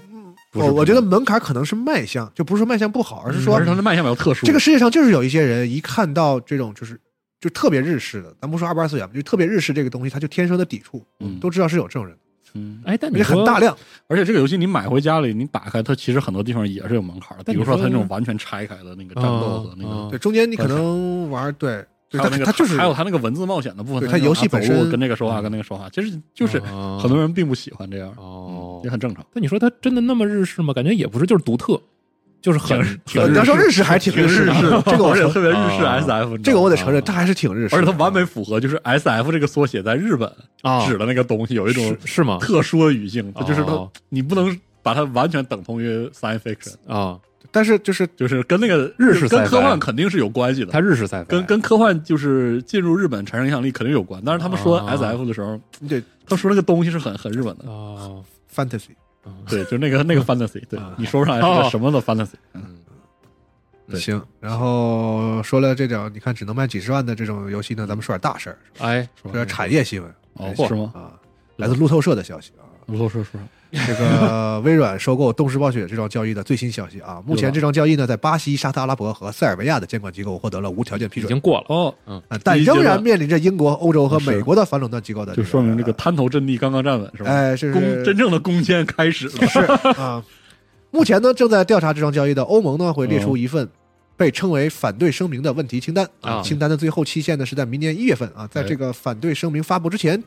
不是嗯我我平觉得台门槛可能是卖相，就不是说卖相不好，而是说而且它的卖相比较特殊。这个世界上就是有一些人一看到这种就是就特别日式的，咱不说二八四元，就特别日式这个东西，他就天生的抵触，嗯都知道是有这种人，嗯，哎，但而你且说很大量。而且这个游戏你买回家里，你打开它，其实很多地方也是有门槛的，比但你如说它说那嗯种完全拆开的那个战斗的那哦个，对，中间你可能玩对，对还他有那个他就是还有它那个文字冒险的部分，对它游戏走本路身跟这个说话跟那个说话，其实就是哦很多嗯人并不喜欢这样，哦也，很正常。但你说它真的那么日式吗？感觉也不是，就是独特，就是很挺呃很你要说日式还挺挺式式的，的，这个我而且承哦特别日式啊 SF，这个我得承认，它它还是挺日式的，而且它完美符合就是 SF 这个缩写在日本哦啊，指的那个东西有一种是是吗？特殊的语境，它就是它哦你不能把它完全等同于 science fiction，啊，但是就是就是跟那个日式跟 sci-fi 科幻肯定是有关系的它。日式赛法跟跟科幻就是进入日本产生影响力肯定有关，但是他们说哦啊 S F 的时候，你得他说那个东西是很很日本的，哦， fantasy。 [laughs] 对，就那个那个 fantasy，对啊你说不上来是个什么的 fantasy，嗯对行，然后说了这种你看只能卖几十万的这种游戏呢，咱们说点大事儿，哎，说说点产业新闻哦是吗？啊，来自路透社的消息啊。不错，说说这 [laughs] 个微软收购动视暴雪这桩交易的最新消息啊，目前这桩交易呢，在巴西、沙特阿拉伯和塞尔维亚的监管机构获得了无条件批已准，经过了，哦，啊但仍然面临着英国、欧洲和美国的反垄断机构的，就说明这个滩头阵地刚刚站稳是吧？哎，是攻是真正的攻坚开始了，是 [laughs] 啊。目前呢，正在调查这桩交易的欧盟呢，会列出一份被称为反对声明的问题清单哦啊清单的最后期限呢是在明年一月份啊，在哎这个反对声明发布之前，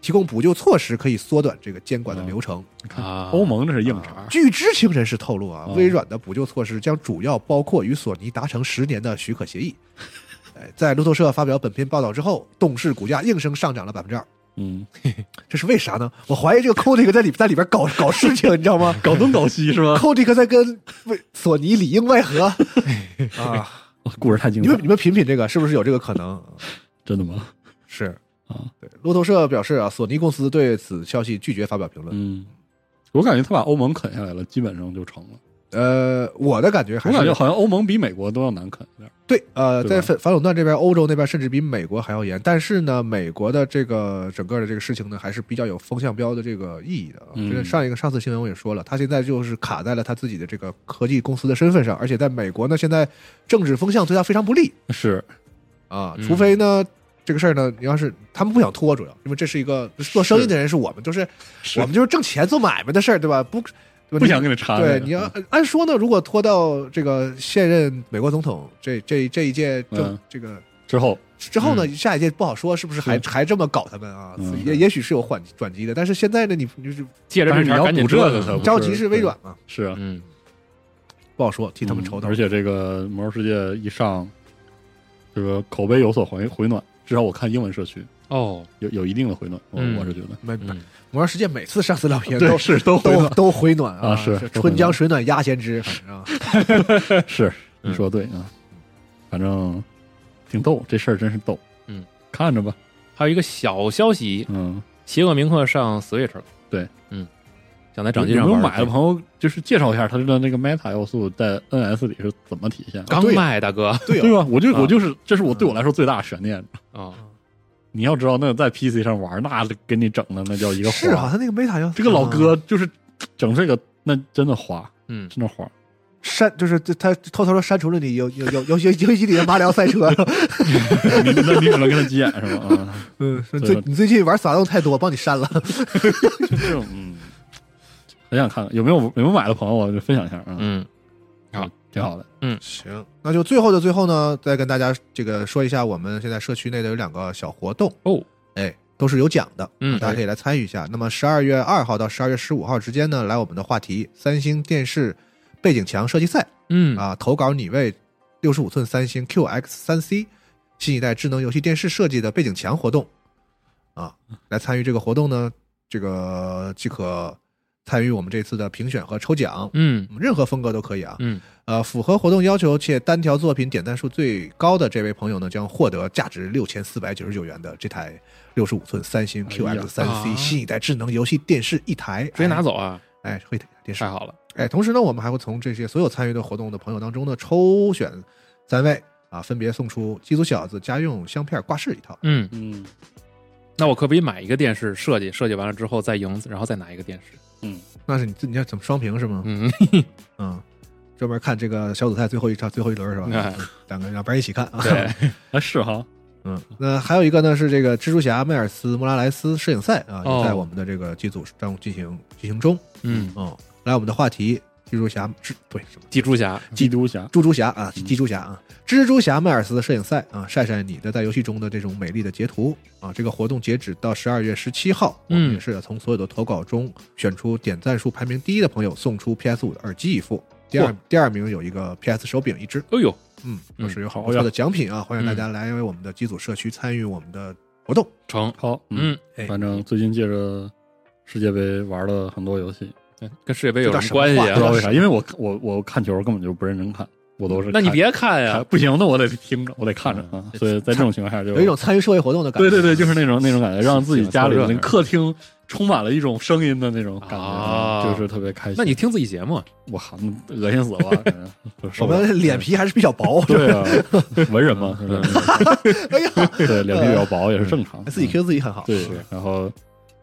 提供补救措施，可以缩短这个监管的嗯流程。啊，欧盟这是硬茬，据知情人士透露啊，哦微软的补救措施将主要包括与索尼达成十年的许可 [laughs] 协议。哎，在路透社发表本篇报道之后，动视股价应声上涨了百分之二，嗯，这是为啥呢？我怀疑这个 Kodak 在里在里边搞搞事情，你知 [laughs] 道吗？搞东搞西 [laughs] 是吧？ Kodak 在跟为索尼里应外 [laughs] 合哎啊！故事太精你彩们了，你们品品这个是不是有这个可 [laughs] 能？真的吗？是啊，对。路透社表示啊，索尼公司对此消息拒绝发表评论。嗯，我感觉他把欧盟啃下来了，基本上就成了。呃，我的感觉还我感觉是好像欧盟比美国都要难啃一点。对，呃，对吧在反反垄断这边，欧洲那边甚至比美国还要严。但是呢，美国的这个整个的这个事情呢，还是比较有风向标的这个意义的啊。嗯这上一个上次新闻我也说了，他现在就是卡在了他自己的这个科技公司的身份上，而且在美国呢，现在政治风向对他非常不利。是，啊，嗯除非呢，这个事儿呢，你要是他们不想拖，主要因为这是一个做生意的人是我们，就是是我们就是挣钱做买卖的事儿，对吧？不对吧不想跟你掺和。对，你要按按说呢，如果拖到这个现任美国总统这这这一届政、嗯这个之后，之后呢，下一届不好说是不是还还这么搞他们啊？嗯也也许是有缓转机的，但是现在呢，你你就是借着但这是你茬要儿赶紧补这折个腾才着急是微软嘛，是啊，嗯嗯，不好说，替他们愁到。而且这个《魔兽世界》一上，这个口碑有所回回暖，至少我看英文社区哦，有有一定的回暖，我、嗯我是觉 [laughs] 得，没没嗯魔兽世界每次上资料片都是都回都暖，都回暖啊，啊是都回春暖江水暖鸭先知，反正啊是嗯 [laughs] 你说得对啊，反正挺逗，这事儿真是逗，嗯，看着吧，还有一个小消息，嗯， 《邪恶铭刻》上 Switch 了。对，嗯，想在掌机有上没有玩买的朋友就是介绍一下它的那个 Meta 要素在 NS 里是怎么体现的，刚卖，大哥对啊对哦吧？我就啊我就是这是我对我来说最大的悬念。啊，你要知道，那在 PC 上玩，那给你整的那叫一个是花啊，。他那个 Meta 要这个老哥就是整这个，那真的花，嗯，真的花。删，就是他偷偷的删除了你有有有有有有一集里的马里奥赛车， [laughs] 你那你只能跟他急眼是吧？啊，嗯，说对最了你最近玩撒动太多，帮你删了。就这种，嗯，很想看看有没有有没有买的朋友，我就分享一下啊，嗯，挺好的。行，那就最后的最后呢，再跟大家这个说一下，我们现在社区内的有两个小活动哦，哎，都是有奖的，嗯啊大家可以来参与一下。那么十二月二号到十二月十五号之间呢，来我们的话题三星电视背景墙设计赛嗯啊，投稿你为六十五寸三星 QX 三 C 新一代智能游戏电视设计的背景墙活动啊，来参与这个活动呢，这个即可参与我们这次的评选和抽奖，嗯任何风格都可以啊。嗯，呃，符合活动要求且单条作品点赞数最高的这位朋友呢，将获得价值六千四百九十九元的这台六十五寸三星哎呀 QX 三 C 啊新一代智能游戏电视一台，直接拿哎，走啊，哎，会的电视太。好了，哎，同时呢，我们还会从这些所有参与的活动的朋友当中呢，抽选三位啊，分别送出机组小子家用相片挂饰一套。嗯，嗯那我可不可以买一个电视设计，设计完了之后再赢，然后再拿一个电视？那是你自己要怎么双屏是吗？嗯，嗯，专门看这个小组赛最后一场最后一轮是吧？哎两个两边一起看啊。对，哎是哈，嗯，那还有一个呢是这个蜘蛛侠迈尔斯莫拉莱斯摄影赛啊，哦也在我们的这个机组中进行进行中。 [laughs] 嗯，嗯，来我们的话题，蜘蛛侠蜘对什么？蜘蛛侠，基督侠，蜘蛛侠啊，嗯蜘蛛侠啊，蜘蛛侠迈尔斯摄影赛啊，晒晒你的在游戏中的这种美丽的截图啊！这个活动截止到十二月十七号，我嗯们也是从所有的投稿中选出点赞数排名第一的朋友，送出 PS 五的耳机一副，第二嚯第二名有一个 PS 手柄一只，哎呦，嗯，嗯都是有好好不错呀的奖品啊！欢迎大家来为我们的机组社区参与我们的活动。成，好，嗯，哎反正最近借着世界杯玩了很多游戏，跟世界杯有这叫什么什么关系话不知道啊？为啥，因为我我我看球根本就不认真看，我都是那你看别看 [laughs] 看呀，不行，那我得听着，我得看着啊，所以在这种情况下就有一种参与社会活动的感觉。对对对，就是那种那种感觉，让自己家里凑热的闹客厅充满了一种声音的那种感觉，啊就是特别开心。那你听自己节目，啊我靠，那恶心死了 [laughs] 吧！感觉，我们脸皮还是比较薄 [laughs] 对啊，文人嘛，是吧 [laughs] 哎呀，对，脸皮比较薄也是正常。自己 Q 自己很啊好。嗯对，然后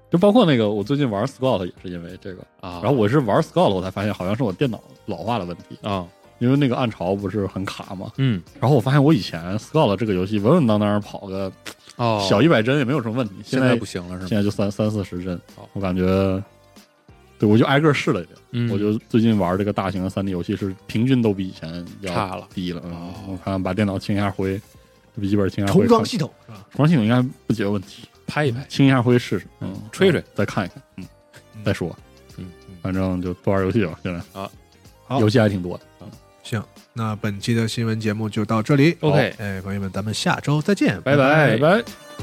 就包括那个，我最近玩 Scout 也是因为这个，啊，然后我是玩 Scout 我才发现好像是我电脑老化的问题，啊，因为那个暗潮不是很卡嘛。嗯，然后我发现我以前 Scout 这个游戏稳稳当当跑个哦，小一百帧也没有什么问题，现在不行了是现吗？哦在就三三四十帧好，我感觉，对我就挨个试了一遍。嗯，我就最近玩这个大型的三 D 游戏是平均都比以前要差了低了。嗯哦，我看把电脑清一下灰，笔记本清一下灰，重装看系统是吧？重装系统应该不解决问题，拍一拍，清一下灰试试，嗯，哎吹吹嗯再看一看，嗯，嗯再说，嗯，反正就多玩游戏吧，现在啊，好游戏还挺多的，嗯行，那本期的新闻节目就到这里。 OK 哎，朋友们，咱们下周再见，拜拜拜拜。